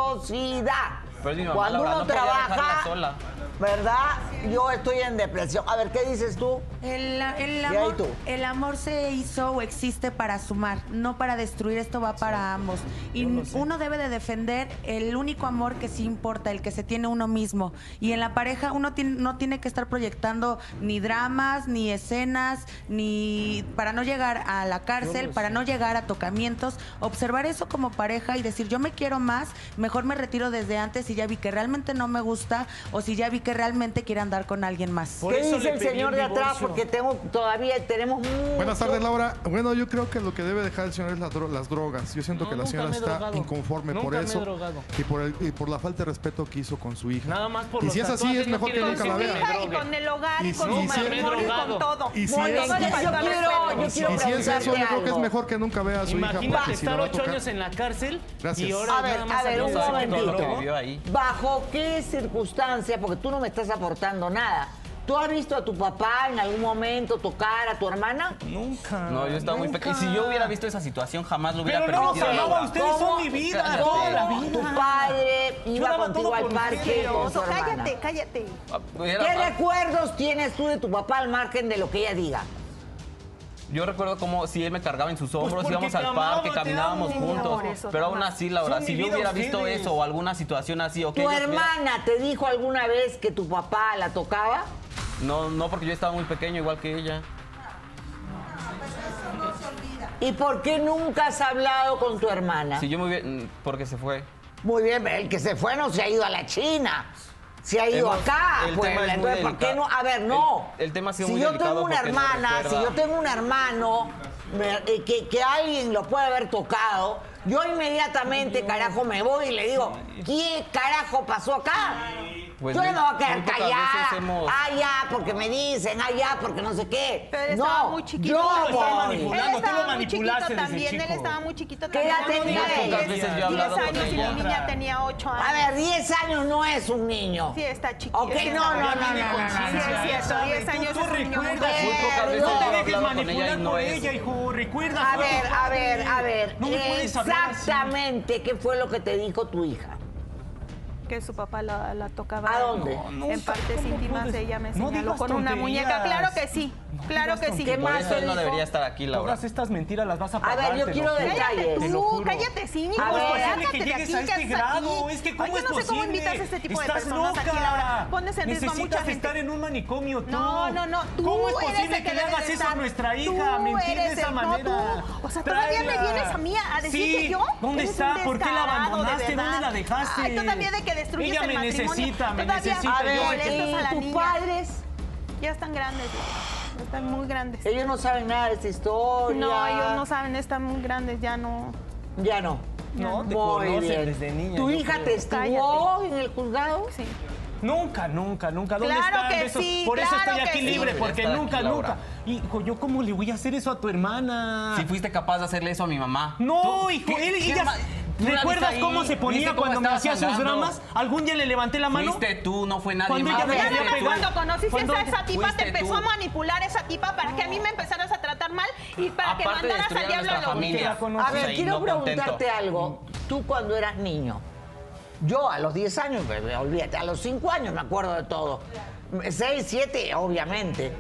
Speaker 1: ociosidad.
Speaker 12: Pero es mi mamá,
Speaker 1: Cuando
Speaker 12: Laura,
Speaker 1: uno
Speaker 12: no podía dejarla
Speaker 1: trabaja,
Speaker 12: sola.
Speaker 1: ¿verdad? Yo estoy en depresión. A ver, ¿qué dices tú?
Speaker 8: El, el
Speaker 1: ahí
Speaker 8: amor,
Speaker 1: tú.
Speaker 8: el amor se hizo o existe para sumar, no para destruir. Esto va para ambos. Y uno debe de defender el único amor que sí importa, el que se tiene uno mismo. Y en la pareja uno tiene- no tiene que estar proyectando ni dramas, ni escenas, ni para no llegar a la cárcel, para no llegar a tocamientos. Observar eso como pareja y decir yo me quiero más, mejor me retiro desde antes si ya vi que realmente no me gusta o si ya vi que realmente quiero andar con alguien más.
Speaker 5: Por
Speaker 1: ¿Qué
Speaker 5: eso
Speaker 1: dice
Speaker 5: le
Speaker 1: el
Speaker 5: pedí
Speaker 1: señor
Speaker 5: el
Speaker 1: de atrás?
Speaker 5: divorcio.
Speaker 1: Porque tengo todavía tenemos mucho-
Speaker 4: Buenas tardes, Laura. Bueno, yo creo que lo que debe dejar el señor es la dro- las drogas. Yo siento
Speaker 5: No,
Speaker 4: que la
Speaker 5: nunca
Speaker 4: señora
Speaker 5: me he
Speaker 4: está
Speaker 5: drogado.
Speaker 4: inconforme
Speaker 5: Nunca
Speaker 4: por
Speaker 5: me he
Speaker 4: eso
Speaker 5: drogado.
Speaker 4: y por, el- y por la falta de respeto que hizo con su hija.
Speaker 5: Nada más por
Speaker 4: Y
Speaker 5: los
Speaker 4: si es así,
Speaker 5: tatuajes,
Speaker 4: es
Speaker 5: no
Speaker 4: mejor que
Speaker 5: quiere
Speaker 10: Con
Speaker 4: nunca
Speaker 10: su
Speaker 4: la
Speaker 5: decir
Speaker 4: vea.
Speaker 10: hija
Speaker 5: drogue.
Speaker 10: y con el hogar y
Speaker 4: Y
Speaker 10: con
Speaker 4: si-
Speaker 10: su
Speaker 4: y si-
Speaker 10: matrimonio y con todo.
Speaker 4: Y si
Speaker 1: Muy
Speaker 4: es-
Speaker 1: bien,
Speaker 4: Todo le
Speaker 1: yo
Speaker 10: faltó
Speaker 1: quiero,
Speaker 10: respeto.
Speaker 4: Y si
Speaker 1: yo quiero
Speaker 4: es
Speaker 1: preguntarte
Speaker 4: eso, yo creo que es
Speaker 1: algo.
Speaker 4: mejor que nunca vea a su hija
Speaker 5: Imagínate
Speaker 4: porque si le
Speaker 5: estar
Speaker 4: va a
Speaker 5: ocho
Speaker 4: tocar-
Speaker 5: años en la cárcel y
Speaker 4: Gracias.
Speaker 5: ahora
Speaker 1: A ver,
Speaker 5: nada más
Speaker 1: a ver,
Speaker 5: salió
Speaker 1: un
Speaker 12: sabe que
Speaker 5: con
Speaker 12: todo lo
Speaker 1: momentito.
Speaker 12: que vivió ahí.
Speaker 1: ¿Bajo qué circunstancia? Porque tú no me estás aportando nada. ¿Tú has visto a tu papá en algún momento tocar a tu hermana?
Speaker 5: Nunca.
Speaker 12: No, yo estaba muy pequeño. Y si yo hubiera visto esa situación, jamás lo hubiera
Speaker 1: Pero no,
Speaker 12: permitido.
Speaker 1: pero no,
Speaker 12: Laura.
Speaker 1: ustedes son mi vida,
Speaker 12: Cállate.
Speaker 1: toda la vida. Tu padre
Speaker 12: Yo
Speaker 1: iba
Speaker 12: daba
Speaker 1: contigo
Speaker 12: todo
Speaker 1: al
Speaker 12: por
Speaker 1: parque
Speaker 12: ustedes.
Speaker 1: con tu hermana.
Speaker 10: Cállate, cállate.
Speaker 1: ¿Qué recuerdos tienes tú de tu papá al margen de lo que ella diga?
Speaker 12: Yo recuerdo cómo si él me cargaba en sus hombros,
Speaker 1: porque
Speaker 12: íbamos al
Speaker 1: te amaba,
Speaker 12: parque,
Speaker 1: te
Speaker 12: caminábamos
Speaker 1: amo.
Speaker 12: juntos.
Speaker 1: Por eso te
Speaker 12: pero aún
Speaker 1: amaba.
Speaker 12: así, Laura,
Speaker 1: Son
Speaker 12: si
Speaker 1: mi
Speaker 12: yo
Speaker 1: vida
Speaker 12: hubiera visto
Speaker 1: ustedes.
Speaker 12: eso o alguna situación así, o que
Speaker 1: ¿Tu
Speaker 12: ellos vieran-
Speaker 1: hermana te dijo alguna vez que tu papá la tocaba?
Speaker 12: No, no, porque yo estaba muy pequeño, igual que ella.
Speaker 1: ¿Y por qué nunca has hablado con tu hermana?
Speaker 12: Si yo me hubiera. mm, Porque se fue.
Speaker 1: Muy bien, el que se fue no se ha ido a la China. Se ha ido
Speaker 12: Hemos-
Speaker 1: acá,
Speaker 12: el tema
Speaker 1: Puebla.
Speaker 12: es muy
Speaker 1: Entonces, ¿por qué no?
Speaker 12: delicado.
Speaker 1: A ver, no.
Speaker 12: El, el tema ha sido
Speaker 1: si
Speaker 12: muy
Speaker 1: yo
Speaker 12: delicado
Speaker 1: tengo una
Speaker 12: porque nos
Speaker 1: hermana, si
Speaker 12: recuerda-
Speaker 1: yo tengo un hermano me- eh, que, que alguien lo puede haber tocado, yo inmediatamente, carajo, me voy y le digo, ¿qué carajo pasó acá?
Speaker 12: Pues
Speaker 1: yo no
Speaker 12: muy-
Speaker 1: me voy a quedar
Speaker 12: muy pocas
Speaker 1: callada.
Speaker 12: veces hemos-
Speaker 1: Ah, ya, porque me dicen, ah, ya, porque no sé qué.
Speaker 10: Pero
Speaker 1: no,
Speaker 10: estaba muy chiquito.
Speaker 1: yo
Speaker 10: Él estaba
Speaker 1: voy.
Speaker 10: Él estaba muy chiquito también, él estaba muy chiquito
Speaker 1: ¿Qué edad
Speaker 10: también.
Speaker 1: tenía
Speaker 10: Diez-
Speaker 1: él? Pocas veces yo he
Speaker 10: diez
Speaker 1: hablado con
Speaker 10: años y
Speaker 1: ella.
Speaker 10: mi niña tenía 8 años.
Speaker 1: A ver, 10 años no es un niño.
Speaker 10: Sí, está chiquito.
Speaker 1: Ok, no, no, no, no, no, no,
Speaker 10: Sí,
Speaker 1: no.
Speaker 10: es cierto, 10 años es un niño muy
Speaker 1: Pero-
Speaker 13: No te dejes
Speaker 12: hablado con ella y
Speaker 13: manipular
Speaker 12: no
Speaker 13: por
Speaker 12: es-
Speaker 13: ella, hijo. Recuerda.
Speaker 1: A ver, a ver, a ver.
Speaker 13: No me puedes hablar así.
Speaker 1: Exactamente, ¿qué fue lo que te dijo tu hija?
Speaker 10: que su papá la, la tocaba.
Speaker 1: ¿A dónde?
Speaker 10: No,
Speaker 1: No,
Speaker 10: en
Speaker 1: no,
Speaker 10: partes
Speaker 1: ¿cómo
Speaker 10: íntimas
Speaker 1: puedes?
Speaker 10: ella me
Speaker 1: No
Speaker 10: señaló
Speaker 1: digas
Speaker 10: con una
Speaker 1: tonterías.
Speaker 10: muñeca. Claro que sí, claro que sí.
Speaker 12: Por eso él no debería estar aquí, Laura.
Speaker 5: Todas estas mentiras las vas a
Speaker 10: A
Speaker 5: pagar.
Speaker 10: ver, yo
Speaker 5: te lo
Speaker 10: quiero
Speaker 5: juro.
Speaker 10: detalles. Cállate
Speaker 5: Te
Speaker 10: tú,
Speaker 5: lo juro.
Speaker 10: cállate, cínico,
Speaker 5: ¿Cómo es posible
Speaker 10: lárgate
Speaker 5: que
Speaker 10: de
Speaker 5: llegues
Speaker 10: aquí,
Speaker 5: a este
Speaker 10: que haces
Speaker 5: grado?
Speaker 10: aquí?
Speaker 5: Es que, ¿cómo
Speaker 10: Ay,
Speaker 5: es
Speaker 10: yo no sé cómo
Speaker 5: posible?
Speaker 10: invitas a este tipo de
Speaker 5: Estás
Speaker 10: personas
Speaker 5: loca.
Speaker 10: aquí, Laura. Pones en riesgo a
Speaker 5: Necesitas
Speaker 10: mucha gente.
Speaker 5: estar en un manicomio tú.
Speaker 10: No, no, no. Tú
Speaker 5: ¿Cómo es
Speaker 10: eres el
Speaker 5: posible
Speaker 10: que
Speaker 5: que le
Speaker 10: debes
Speaker 5: hagas
Speaker 10: de
Speaker 5: eso a
Speaker 10: estar.
Speaker 5: nuestra
Speaker 10: Tú
Speaker 5: hija? Mentir
Speaker 10: eres
Speaker 5: de esa
Speaker 10: el- no,
Speaker 5: manera.
Speaker 10: tú. O sea, ¿todavía me
Speaker 5: Tráela.
Speaker 10: vienes a mí a decir
Speaker 5: Sí.
Speaker 10: que yo?
Speaker 5: ¿Dónde
Speaker 10: Eres
Speaker 5: está?
Speaker 10: un
Speaker 5: ¿Por qué la
Speaker 10: descarado, de
Speaker 5: abandonaste? ¿Dónde
Speaker 10: verdad.
Speaker 5: la dejaste?
Speaker 10: Ay, tú también de que destruyes
Speaker 5: Ella
Speaker 10: el
Speaker 5: me
Speaker 10: matrimonio.
Speaker 5: necesita, me
Speaker 10: Todavía
Speaker 5: necesita.
Speaker 10: A ver,
Speaker 5: Yo
Speaker 10: molestas a la
Speaker 1: ¿tus
Speaker 10: niña.
Speaker 1: padres?
Speaker 10: Ya están grandes. ya Están muy grandes.
Speaker 1: Ellos no saben nada de esta historia.
Speaker 10: No, ellos no saben, están muy grandes, ya no.
Speaker 1: Ya no.
Speaker 5: No, te
Speaker 1: Muy
Speaker 5: conocen
Speaker 1: bien.
Speaker 5: desde niña,
Speaker 1: ¿Tu
Speaker 5: yo
Speaker 1: hija
Speaker 5: creo.
Speaker 1: te estuvo
Speaker 10: Cállate.
Speaker 1: en el juzgado?
Speaker 10: Sí.
Speaker 5: Nunca, nunca, nunca. ¿Dónde
Speaker 10: Claro
Speaker 5: están?
Speaker 10: que
Speaker 5: de esos?
Speaker 10: sí,
Speaker 5: Por eso
Speaker 10: claro
Speaker 5: estoy
Speaker 10: que
Speaker 5: aquí
Speaker 10: sí.
Speaker 5: libre,
Speaker 10: Debería
Speaker 5: porque
Speaker 12: estar
Speaker 5: nunca,
Speaker 12: aquí, Laura.
Speaker 5: nunca. Hijo, ¿yo cómo le voy a hacer eso a tu hermana?
Speaker 12: Si fuiste capaz de hacerle eso a mi mamá.
Speaker 5: No,
Speaker 12: Tú-
Speaker 5: hijo,
Speaker 12: ¿qué-
Speaker 5: él,
Speaker 12: qué
Speaker 5: ella-
Speaker 12: ma- tú la
Speaker 5: ¿Recuerdas
Speaker 12: viste ahí?
Speaker 5: cómo se
Speaker 12: ¿Viste
Speaker 5: ponía
Speaker 12: cómo
Speaker 5: cuando me
Speaker 12: estaba
Speaker 5: hacía sus
Speaker 12: sangrando?
Speaker 5: dramas? ¿Algún día le levanté la mano?
Speaker 12: Fuiste tú, no fue nadie
Speaker 5: Cuando
Speaker 12: más.
Speaker 5: ella me
Speaker 10: Ah, pues Ya
Speaker 12: Fuiste
Speaker 5: quería
Speaker 10: nada más
Speaker 12: tú.
Speaker 10: cuando conociste
Speaker 12: Cuando
Speaker 10: a esa tipa,
Speaker 12: fuiste
Speaker 10: te empezó
Speaker 12: tú.
Speaker 10: a manipular esa tipa para que a mí me empezaras a tratar mal y para que
Speaker 12: Aparte
Speaker 10: mandaras al
Speaker 12: destruyeron
Speaker 10: diablo a
Speaker 12: nuestra
Speaker 10: los
Speaker 12: familia.
Speaker 10: niños.
Speaker 1: A
Speaker 12: conoces
Speaker 1: ver,
Speaker 12: ahí,
Speaker 1: quiero
Speaker 12: no contento.
Speaker 1: preguntarte algo. Tú cuando eras niño, yo a los 10 años, me- me- olvídate, a los 5 años me acuerdo de todo. 6, 7, obviamente.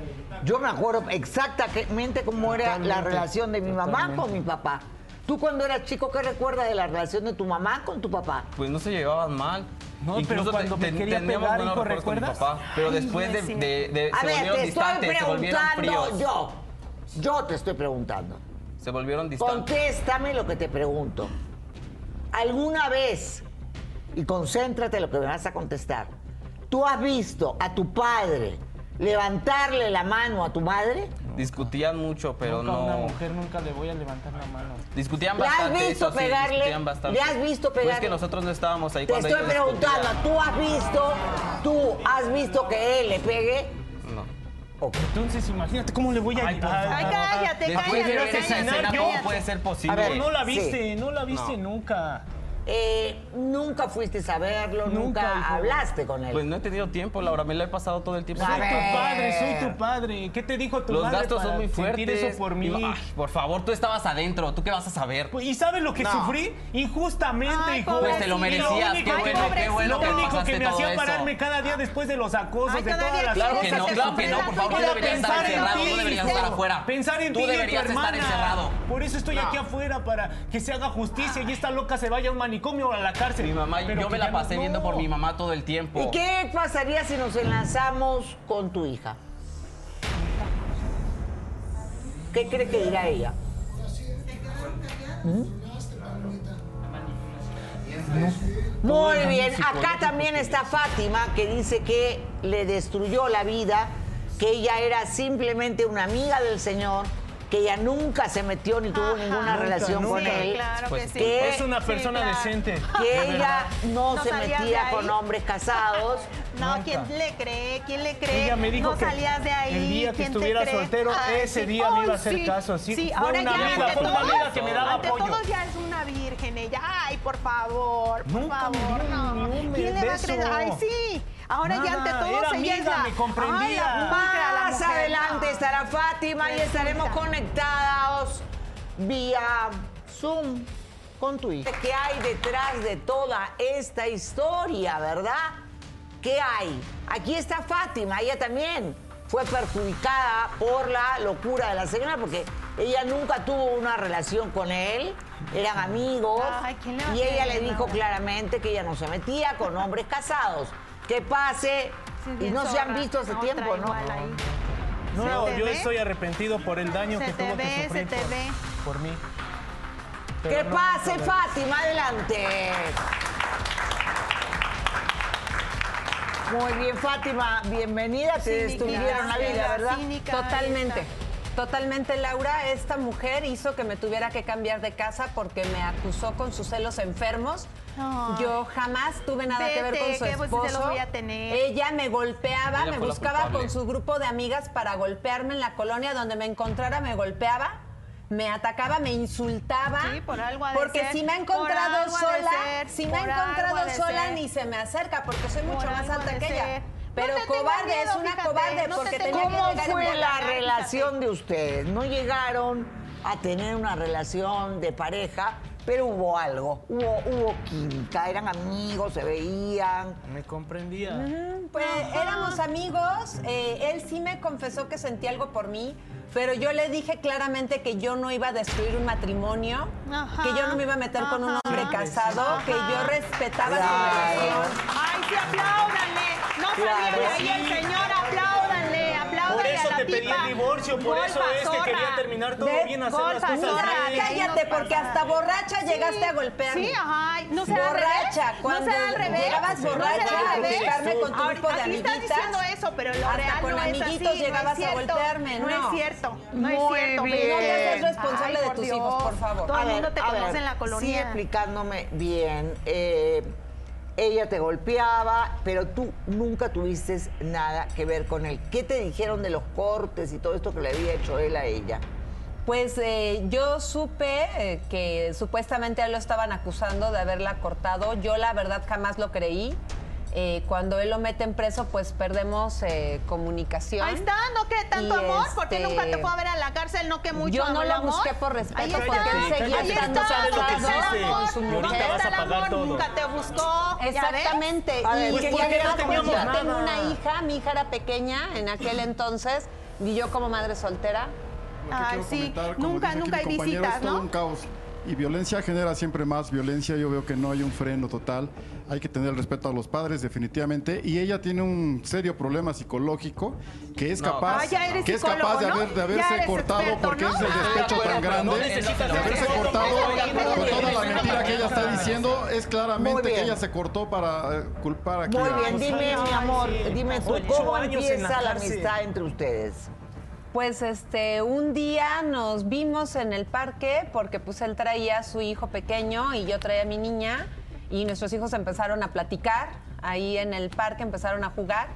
Speaker 1: Yo me acuerdo exactamente cómo era la relación de mi mamá con mi papá. Tú cuando eras chico, ¿qué recuerdas de la relación de tu mamá con tu papá?
Speaker 12: Pues no se llevaban mal.
Speaker 5: No, pero
Speaker 12: te-
Speaker 5: cuando me
Speaker 12: te-
Speaker 5: quería
Speaker 12: teníamos
Speaker 5: pegar,
Speaker 12: buenos
Speaker 5: hijo,
Speaker 12: recuerdos con mi
Speaker 5: ¿recuerdas?
Speaker 12: papá, pero
Speaker 5: Ay,
Speaker 12: después
Speaker 5: no
Speaker 12: de,
Speaker 5: es cierto.
Speaker 12: de- de-
Speaker 1: A
Speaker 12: se
Speaker 1: ver,
Speaker 12: volvieron
Speaker 1: te estoy
Speaker 12: distantes, se volvieron
Speaker 1: preguntando
Speaker 12: fríos.
Speaker 1: yo. Yo te estoy preguntando.
Speaker 12: Se volvieron distantes.
Speaker 1: Contéstame lo que te pregunto. ¿Alguna vez, y concéntrate en lo que me vas a contestar, tú has visto a tu padre levantarle la mano a tu madre?
Speaker 12: Discutían mucho, pero
Speaker 5: Nunca una
Speaker 12: no.
Speaker 5: mujer nunca le voy a levantar la mano.
Speaker 12: Discutían
Speaker 1: ¿Le has
Speaker 12: bastante.
Speaker 1: visto
Speaker 12: eso sí,
Speaker 1: pegarle?
Speaker 12: discutían bastante.
Speaker 1: ¿Le has visto
Speaker 12: Pues es
Speaker 1: pegarle?
Speaker 12: que nosotros no estábamos ahí
Speaker 1: Te
Speaker 12: cuando
Speaker 1: estoy
Speaker 12: ellos
Speaker 1: preguntando,
Speaker 12: discutían.
Speaker 1: ¿tú has visto, tú has visto que él le pegue?
Speaker 12: No.
Speaker 5: Entonces, imagínate cómo le voy a ayudar.
Speaker 10: Ay, cállate,
Speaker 12: Después de
Speaker 10: cállate,
Speaker 12: ver esa
Speaker 10: cállate,
Speaker 12: escena, ¿cómo
Speaker 10: cállate.
Speaker 12: puede ser posible?
Speaker 5: A ver, no la viste,
Speaker 1: Sí.
Speaker 5: no la viste
Speaker 12: No.
Speaker 5: nunca.
Speaker 1: Eh, nunca fuiste a verlo,
Speaker 5: Nunca,
Speaker 1: nunca,
Speaker 5: hijo.
Speaker 1: hablaste con él.
Speaker 12: Pues no he tenido tiempo, Laura. Me la he pasado todo el tiempo.
Speaker 1: A
Speaker 5: Soy
Speaker 1: ver.
Speaker 5: tu padre, soy tu padre. ¿Qué te dijo tu
Speaker 12: Los
Speaker 5: madre
Speaker 12: gastos
Speaker 5: para
Speaker 12: son muy fuertes.
Speaker 5: sentir eso por mí? Pues,
Speaker 12: Ay, por favor, tú estabas adentro. ¿Tú qué vas a saber?
Speaker 5: ¿Y sabes lo que
Speaker 12: No.
Speaker 5: sufrí? Injustamente,
Speaker 12: Ay,
Speaker 5: hijo.
Speaker 12: Pues te lo
Speaker 5: Y
Speaker 12: merecías,
Speaker 5: único
Speaker 12: qué
Speaker 5: que-
Speaker 12: bueno, qué bueno que
Speaker 5: Lo único
Speaker 12: pasaste
Speaker 5: que me
Speaker 12: todo
Speaker 5: hacía
Speaker 12: eso.
Speaker 5: pararme cada día después de los acosos,
Speaker 10: Ay,
Speaker 5: de
Speaker 10: todavía
Speaker 5: todas las
Speaker 10: quieres
Speaker 12: Claro que no,
Speaker 10: Esas
Speaker 12: claro que no, por favor, tú
Speaker 10: Pero
Speaker 12: deberías estar
Speaker 10: pensar en
Speaker 12: encerrado,
Speaker 10: ti,
Speaker 12: tú deberías estar
Speaker 5: hijo.
Speaker 12: afuera.
Speaker 5: Pensar en
Speaker 12: tú
Speaker 5: ti y en tu
Speaker 12: deberías estar
Speaker 5: hermana.
Speaker 12: encerrado.
Speaker 5: Por eso estoy
Speaker 12: No.
Speaker 5: aquí afuera, para que se haga justicia y esta loca se vaya a un manicomio o a la cárcel.
Speaker 12: Mi mamá,
Speaker 5: Pero
Speaker 12: yo
Speaker 5: que
Speaker 12: me
Speaker 5: ya
Speaker 12: la
Speaker 5: no-
Speaker 12: pasé
Speaker 5: no.
Speaker 12: viendo por mi mamá todo el tiempo.
Speaker 1: ¿Y qué pasaría si nos enlazamos con tu hija? ¿Qué cree que dirá ella? ¿Mm? Muy bien, acá también está Fátima que dice que le destruyó la vida, que ella era simplemente una amiga del Señor, que ella nunca se metió ni tuvo ninguna
Speaker 5: Nunca,
Speaker 1: relación con
Speaker 5: nunca.
Speaker 1: él.
Speaker 10: Claro que
Speaker 12: Pues
Speaker 10: sí.
Speaker 1: que-
Speaker 5: Es una persona
Speaker 10: claro.
Speaker 5: decente. (laughs)
Speaker 1: Que
Speaker 5: de
Speaker 1: ella
Speaker 5: verdad.
Speaker 1: no,
Speaker 10: No
Speaker 1: se
Speaker 10: salías de
Speaker 1: metía
Speaker 10: ahí.
Speaker 1: con hombres casados.
Speaker 10: No,
Speaker 5: Nunca.
Speaker 10: ¿quién le cree? ¿Quién le cree?
Speaker 5: Ella me dijo
Speaker 10: no
Speaker 5: que
Speaker 10: salías de ahí.
Speaker 5: el día que
Speaker 10: ¿quién te
Speaker 5: estuviera
Speaker 10: cree?
Speaker 5: soltero, ese día me
Speaker 10: Ay,
Speaker 5: iba a hacer caso, sí,
Speaker 10: Sí,
Speaker 5: fue
Speaker 10: ahora
Speaker 5: una
Speaker 10: ya
Speaker 5: amiga,
Speaker 10: ante
Speaker 5: fue una
Speaker 10: todos-
Speaker 5: amiga que me daba
Speaker 10: ante
Speaker 5: apoyo.
Speaker 10: todos ya es una virgen ella. Ay, por favor, por
Speaker 5: Nunca me
Speaker 10: favor,
Speaker 5: dieron
Speaker 10: no.
Speaker 5: ni un
Speaker 10: ¿Quién le va a
Speaker 5: beso.
Speaker 10: creer? Ay, sí.
Speaker 2: Ahora ya ante
Speaker 1: Ah,
Speaker 2: todos
Speaker 1: era
Speaker 2: ella es
Speaker 1: amiga,
Speaker 2: la-
Speaker 1: me comprendía.
Speaker 2: Ay, la pulcra, la
Speaker 1: Más
Speaker 2: mujer,
Speaker 1: adelante
Speaker 2: no.
Speaker 1: estará Fátima y
Speaker 2: Resulta.
Speaker 1: estaremos conectados vía Zoom con tu hija. ¿Qué hay detrás de toda esta historia, verdad? ¿Qué hay? Aquí está Fátima, ella también fue perjudicada por la locura de la señora porque ella nunca tuvo una relación con él, eran amigos
Speaker 14: Ay, ¿quién le va a
Speaker 1: y ella le
Speaker 14: creer,
Speaker 1: dijo
Speaker 14: Laura?
Speaker 1: claramente que ella no se metía con hombres casados. Que pase
Speaker 14: Sí,
Speaker 1: y
Speaker 14: bien
Speaker 1: no se han
Speaker 14: zorra.
Speaker 1: visto hace
Speaker 14: No,
Speaker 1: tiempo,
Speaker 14: trae
Speaker 1: ¿no?
Speaker 14: igual ahí.
Speaker 5: No,
Speaker 14: Se te
Speaker 5: yo
Speaker 14: ve.
Speaker 5: estoy arrepentido por el daño
Speaker 14: Se
Speaker 5: que
Speaker 14: te
Speaker 5: tuvo
Speaker 14: ve,
Speaker 5: que
Speaker 14: se
Speaker 5: sufrir
Speaker 14: te
Speaker 5: por,
Speaker 14: ve.
Speaker 5: por mí. Pero
Speaker 1: Que
Speaker 5: no,
Speaker 1: pase
Speaker 5: no, no.
Speaker 1: Fátima, adelante. Muy bien, Fátima, bienvenida. Te destruyeron la vida, ¿verdad?
Speaker 15: Totalmente. Totalmente, Laura, esta mujer hizo que me tuviera que cambiar de casa porque me acusó con sus celos enfermos.
Speaker 14: No.
Speaker 15: Yo jamás tuve nada que ver
Speaker 14: Vete,
Speaker 15: con su
Speaker 14: que pues,
Speaker 15: esposo.
Speaker 14: te los voy a tener.
Speaker 15: Ella me golpeaba,
Speaker 14: Ella
Speaker 15: me
Speaker 14: fue la
Speaker 15: buscaba
Speaker 14: culpable.
Speaker 15: con su grupo de amigas para golpearme en la colonia donde me encontrara, me golpeaba. Me atacaba, me insultaba.
Speaker 14: Sí, por algo ha de
Speaker 15: Porque
Speaker 14: ser,
Speaker 15: si me ha
Speaker 14: por algo
Speaker 15: encontrado
Speaker 14: ha de
Speaker 15: sola,
Speaker 14: ser,
Speaker 15: si me ha
Speaker 14: por algo ha
Speaker 15: encontrado
Speaker 14: de
Speaker 15: sola
Speaker 14: ser.
Speaker 15: ni se me acerca, porque soy mucho
Speaker 14: Por
Speaker 15: más
Speaker 14: algo ha
Speaker 15: alta
Speaker 14: de
Speaker 15: que ella.
Speaker 14: ser.
Speaker 15: Pero
Speaker 14: No te tengo
Speaker 15: cobarde,
Speaker 14: miedo,
Speaker 15: es una
Speaker 14: fíjate,
Speaker 15: cobarde
Speaker 14: no te
Speaker 15: porque
Speaker 14: tengo
Speaker 15: tenía que
Speaker 14: miedo.
Speaker 1: ¿Cómo
Speaker 15: llegar en
Speaker 1: fue
Speaker 15: buen
Speaker 1: la
Speaker 15: lugar.
Speaker 1: relación de ustedes? No llegaron a tener una relación de pareja, pero hubo algo. Hubo, hubo química, eran amigos, se veían.
Speaker 5: Me comprendía.
Speaker 15: Pues éramos amigos, eh, él sí me confesó que sentía algo por mí, pero yo le dije claramente que yo no iba a destruir un matrimonio,
Speaker 14: Ajá,
Speaker 15: que yo no me iba a meter con un hombre
Speaker 14: ajá.
Speaker 15: casado,
Speaker 14: Ajá.
Speaker 15: que yo respetaba
Speaker 14: Claro.
Speaker 15: su relación.
Speaker 14: Ay, sí, apláudanle. No salía de
Speaker 15: Claro.
Speaker 14: ahí el señor, apláudanle, apláudanle.
Speaker 5: Por eso
Speaker 14: a la
Speaker 5: te pedí
Speaker 14: pipa.
Speaker 5: el divorcio, por
Speaker 14: Golfa,
Speaker 5: eso es que
Speaker 14: zorra.
Speaker 5: quería terminar todo bien, hacer las cosas
Speaker 15: Mira,
Speaker 5: bien.
Speaker 15: cállate, porque hasta borracha llegaste a golpearme.
Speaker 14: Sí, ajá. No será al revés.
Speaker 15: borracha, cuando
Speaker 14: no será al revés.
Speaker 15: llegabas
Speaker 14: No será
Speaker 15: borracha
Speaker 14: al
Speaker 15: a
Speaker 14: revés.
Speaker 15: golpearme con tu
Speaker 14: Ahora,
Speaker 15: grupo de
Speaker 14: aquí
Speaker 15: amiguitas.
Speaker 14: estás diciendo eso, pero lo
Speaker 15: hasta
Speaker 14: real
Speaker 15: con
Speaker 14: no es así,
Speaker 15: amiguitos
Speaker 14: no es
Speaker 15: llegabas a
Speaker 14: cierto.
Speaker 15: golpearme,
Speaker 14: No
Speaker 15: no.
Speaker 14: es cierto, no es
Speaker 15: Muy
Speaker 14: cierto,
Speaker 15: bien. No te haces responsable
Speaker 14: Ay,
Speaker 15: de
Speaker 14: por
Speaker 15: tus
Speaker 14: Dios.
Speaker 15: hijos, por favor.
Speaker 14: Todo
Speaker 1: A
Speaker 14: el
Speaker 1: ver,
Speaker 14: mundo te
Speaker 1: a
Speaker 14: conoce
Speaker 1: ver,
Speaker 14: en la
Speaker 1: Sigue
Speaker 14: colonia.
Speaker 1: explicándome bien. eh, ella te golpeaba, pero tú nunca tuviste nada que ver con él. ¿Qué te dijeron de los cortes y todo esto que le había hecho él a ella?
Speaker 15: Pues eh, yo supe eh, que supuestamente a él lo estaban acusando de haberla cortado. Yo la verdad jamás lo creí. Eh, cuando él lo meten preso, pues perdemos eh, comunicación.
Speaker 14: Ahí está, no que tanto
Speaker 15: Y,
Speaker 14: amor, porque
Speaker 15: este,
Speaker 14: nunca te fue a ver a la cárcel, no que mucho
Speaker 15: Yo no
Speaker 14: amor,
Speaker 15: lo
Speaker 14: amor.
Speaker 15: busqué por respeto,
Speaker 14: Ahí
Speaker 15: porque
Speaker 14: está,
Speaker 15: él seguía
Speaker 14: ahí
Speaker 15: estando
Speaker 14: está,
Speaker 15: casado
Speaker 14: ¿dónde está el
Speaker 15: con
Speaker 14: amor?
Speaker 15: su mujer.
Speaker 14: ¿Dónde
Speaker 15: Y ahorita
Speaker 14: está el
Speaker 15: vas a pagar
Speaker 14: amor?
Speaker 15: todo.
Speaker 14: Nunca te buscó. ¿ya ves?
Speaker 15: Exactamente. Y
Speaker 14: Pues,
Speaker 15: que
Speaker 14: ¿por qué no
Speaker 15: además, pues,
Speaker 14: teníamos
Speaker 15: yo tengo
Speaker 14: nada?
Speaker 15: una hija, mi hija era pequeña en aquel entonces, y yo como madre soltera.
Speaker 14: Ay, sí, nunca, nunca hay
Speaker 16: compañero,
Speaker 14: visitas,
Speaker 16: es todo
Speaker 14: ¿no?
Speaker 16: un caos. Y violencia genera siempre más violencia. Yo veo que no hay un freno total. Hay que tener el respeto a los padres, definitivamente. Y ella tiene un serio problema psicológico que es
Speaker 14: No.
Speaker 16: capaz,
Speaker 14: Ah, ya eres
Speaker 16: que es capaz
Speaker 14: psicólogo,
Speaker 16: de,
Speaker 14: ¿no?
Speaker 16: haber- de
Speaker 14: Ya
Speaker 16: haberse
Speaker 14: eres
Speaker 16: cortado
Speaker 14: experto,
Speaker 16: porque
Speaker 14: ¿no?
Speaker 16: es el despecho
Speaker 14: Ah,
Speaker 16: tan
Speaker 14: bueno,
Speaker 16: grande,
Speaker 14: pero no necesitas
Speaker 16: de haberse
Speaker 14: hacer
Speaker 16: cortado
Speaker 14: eso.
Speaker 16: con toda la mentira que ella está diciendo. Es
Speaker 1: Muy
Speaker 16: claramente
Speaker 1: bien.
Speaker 16: que ella se cortó para eh, culpar a
Speaker 1: Muy
Speaker 16: Kira.
Speaker 1: bien, dime, mi amor, dime tú,
Speaker 16: Ocho
Speaker 1: ¿cómo
Speaker 16: años en la
Speaker 1: empieza la
Speaker 16: cárcel.
Speaker 1: amistad entre ustedes?
Speaker 15: Pues este, un día nos vimos en el parque porque pues él traía a su hijo pequeño y yo traía a mi niña y nuestros hijos empezaron a platicar ahí en el parque, empezaron a jugar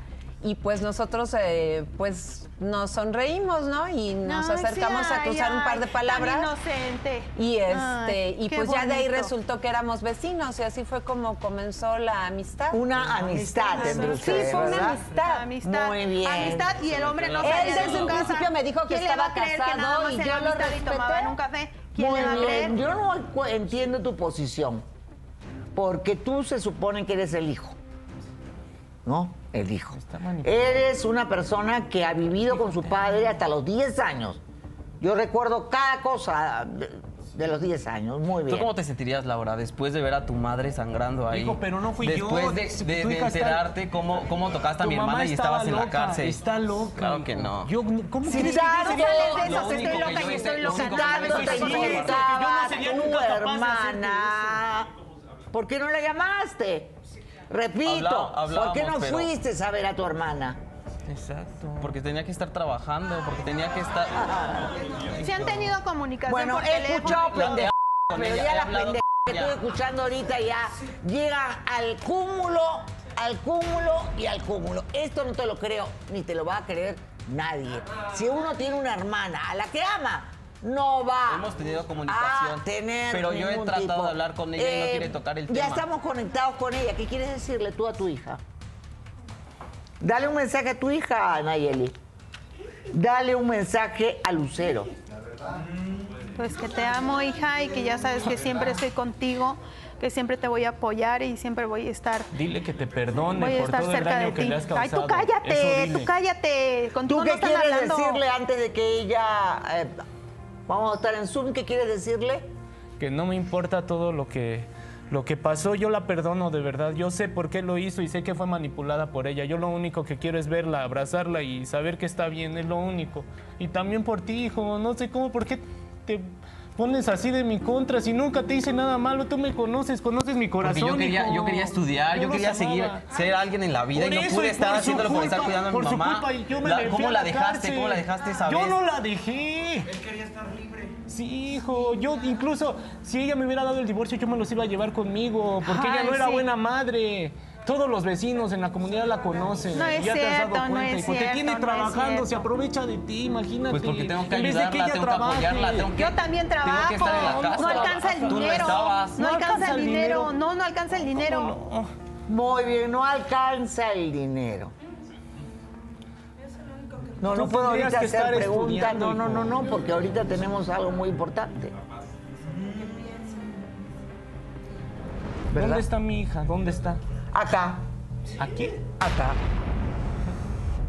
Speaker 15: y pues nosotros eh, pues nos sonreímos, ¿no? Y nos
Speaker 14: Ay, sí,
Speaker 15: acercamos a
Speaker 14: ay,
Speaker 15: cruzar un par de
Speaker 14: ay, tan
Speaker 15: palabras.
Speaker 14: inocente.
Speaker 15: Y este,
Speaker 14: Ay,
Speaker 15: y
Speaker 14: qué
Speaker 15: pues ya de ahí
Speaker 14: bonito.
Speaker 15: resultó que éramos vecinos y así fue como comenzó la amistad.
Speaker 1: Una amistad entre ustedes,
Speaker 15: Sí, fue una
Speaker 1: ¿verdad?
Speaker 15: amistad.
Speaker 1: Amistad. Muy bien.
Speaker 14: Amistad y el hombre no
Speaker 15: Él
Speaker 14: salía de
Speaker 15: desde
Speaker 14: su
Speaker 15: un
Speaker 14: casa.
Speaker 15: principio me dijo que
Speaker 14: ¿Quién le va
Speaker 15: estaba
Speaker 14: a creer que nada
Speaker 15: casado
Speaker 14: más
Speaker 15: y
Speaker 14: era
Speaker 15: yo lo
Speaker 14: amistad y tomaban un café? ¿Quién
Speaker 1: Muy
Speaker 14: le va a creer?
Speaker 1: bien, yo no cu- entiendo tu posición, porque tú se supone que eres el hijo. ¿No? El hijo. Eres una persona que ha vivido con su padre hasta los 10 años. Yo recuerdo cada cosa de, de los 10 años, muy
Speaker 12: ¿Tú
Speaker 1: bien.
Speaker 12: cómo te sentirías, Laura, después de ver a tu madre sangrando ahí?
Speaker 5: Hijo, pero no fui yo.
Speaker 12: después
Speaker 5: Des-
Speaker 12: de, de-
Speaker 5: tu
Speaker 12: de
Speaker 5: hija está-
Speaker 12: enterarte cómo, cómo tocaste a
Speaker 5: Tu
Speaker 12: mi
Speaker 5: mamá
Speaker 12: hermana y
Speaker 5: estaba
Speaker 12: estabas en
Speaker 5: loca,
Speaker 12: la cárcel.
Speaker 5: está loca,
Speaker 12: Claro que no.
Speaker 5: Yo, ¿Cómo
Speaker 1: Si
Speaker 5: crees que
Speaker 1: tanto-
Speaker 5: yo hice-
Speaker 1: Lo
Speaker 5: Lo único
Speaker 1: único
Speaker 5: que yo hice- lo
Speaker 1: Si
Speaker 5: único que
Speaker 1: tanto
Speaker 5: yo hice
Speaker 1: te
Speaker 5: fue decirte que yo no
Speaker 1: gustaba
Speaker 5: sería
Speaker 1: tu
Speaker 5: nunca capaz de
Speaker 1: hermana, ¿por qué no la llamaste? Repito,
Speaker 12: Habla-
Speaker 1: ¿por qué no
Speaker 12: hablábamos, pero-
Speaker 1: fuiste a ver a tu hermana?
Speaker 12: Exacto. Porque tenía que estar trabajando, porque tenía que estar.
Speaker 14: Si han tenido comunicación
Speaker 1: Bueno,
Speaker 14: por
Speaker 1: he
Speaker 14: teléfono.
Speaker 12: Yo
Speaker 1: escuchado
Speaker 12: he hablado
Speaker 1: pendejadas,
Speaker 12: con
Speaker 1: pero
Speaker 12: ella,
Speaker 1: ya
Speaker 12: he
Speaker 1: las
Speaker 12: hablado
Speaker 1: pendejadas que
Speaker 12: con ella.
Speaker 1: estoy escuchando ahorita ya llegan al cúmulo, al cúmulo y al cúmulo. Esto no te lo creo, ni te lo va a creer nadie. Si uno tiene una hermana a la que ama, no va
Speaker 12: Hemos tenido comunicación,
Speaker 1: a tener
Speaker 12: pero yo he
Speaker 1: ningún
Speaker 12: tratado
Speaker 1: tipo. Eh,
Speaker 12: de hablar con ella y no quiere tocar el
Speaker 1: Ya
Speaker 12: tema.
Speaker 1: estamos conectados con ella. ¿Qué quieres decirle tú a tu hija? Dale un mensaje a tu hija, Nayeli. Dale un mensaje a Lucero.
Speaker 14: Pues que te amo, hija, y que ya sabes que siempre estoy contigo, que siempre te voy a apoyar y siempre voy a estar.
Speaker 5: Dile que te perdone
Speaker 14: Voy a
Speaker 5: por
Speaker 14: estar
Speaker 5: todo el
Speaker 14: cerca de
Speaker 5: daño que
Speaker 14: ti.
Speaker 5: le has
Speaker 14: Ay,
Speaker 5: causado.
Speaker 14: tú cállate,
Speaker 5: Eso
Speaker 14: tú
Speaker 5: dile.
Speaker 14: cállate. Contigo no
Speaker 1: ¿Tú qué
Speaker 14: están
Speaker 1: quieres
Speaker 14: hablando.
Speaker 1: decirle antes de que ella... eh, vamos a estar en Zoom, ¿qué quieres decirle?
Speaker 5: que no me importa todo lo que lo que pasó, yo la perdono de verdad. Yo sé por qué lo hizo y sé que fue manipulada por ella. Yo lo único que quiero es verla, abrazarla y saber que está bien, es lo único. Y también por ti, hijo, no sé cómo por qué te pones así de mi contra si nunca te hice nada malo, tú me conoces, conoces mi
Speaker 12: Porque
Speaker 5: corazón.
Speaker 12: yo quería,
Speaker 5: hijo.
Speaker 12: yo quería estudiar, yo
Speaker 5: los
Speaker 12: quería seguir
Speaker 5: amaba.
Speaker 12: ser alguien en la vida
Speaker 5: Por
Speaker 12: y no
Speaker 5: eso,
Speaker 12: pude
Speaker 5: y
Speaker 12: estar
Speaker 5: por su
Speaker 12: haciéndolo por estar
Speaker 5: culpa,
Speaker 12: cuidando a mi
Speaker 5: por su
Speaker 12: mamá.
Speaker 5: culpa, y yo me
Speaker 12: La-
Speaker 5: le fui
Speaker 12: ¿Cómo
Speaker 5: a
Speaker 12: la
Speaker 5: la
Speaker 12: dejaste?
Speaker 5: cárcel.
Speaker 12: ¿Cómo la dejaste esa
Speaker 5: Yo
Speaker 12: vez?
Speaker 5: no la dejé. Él quería estar libre. Sí, hijo. Yo incluso, si ella me hubiera dado el divorcio, yo me los iba a llevar conmigo. Porque ella
Speaker 14: Ay,
Speaker 5: no era
Speaker 14: sí.
Speaker 5: buena madre. Todos los vecinos en la comunidad la conocen.
Speaker 14: No es
Speaker 5: ya te has dado
Speaker 14: cierto, no
Speaker 5: cuenta.
Speaker 14: es
Speaker 5: hijo. te
Speaker 14: cierto,
Speaker 5: tiene
Speaker 14: no es
Speaker 5: trabajando, se
Speaker 14: cierto.
Speaker 5: aprovecha de ti, imagínate.
Speaker 12: Pues porque tengo que
Speaker 5: En vez de
Speaker 12: ayudarla,
Speaker 5: ella
Speaker 12: tengo que apoyarla,
Speaker 5: trabaje.
Speaker 12: tengo que-
Speaker 14: Yo también
Speaker 12: Tengo
Speaker 14: trabajo.
Speaker 12: que estar en la casa.
Speaker 14: No alcanza el
Speaker 12: Tú no
Speaker 14: dinero.
Speaker 12: estabas.
Speaker 14: No alcanza el dinero. No, no alcanza el dinero.
Speaker 1: Muy bien, no alcanza el dinero. No,
Speaker 5: Tú
Speaker 1: no puedo
Speaker 5: tendrías
Speaker 1: ahorita
Speaker 5: que
Speaker 1: hacer
Speaker 5: estar
Speaker 1: preguntas.
Speaker 5: estudiando,
Speaker 1: No, no, no,
Speaker 5: hijo.
Speaker 1: no, porque ahorita tenemos algo muy importante.
Speaker 5: ¿Dónde está mi hija? ¿Dónde está?
Speaker 1: Acá.
Speaker 5: ¿Aquí?
Speaker 1: Acá.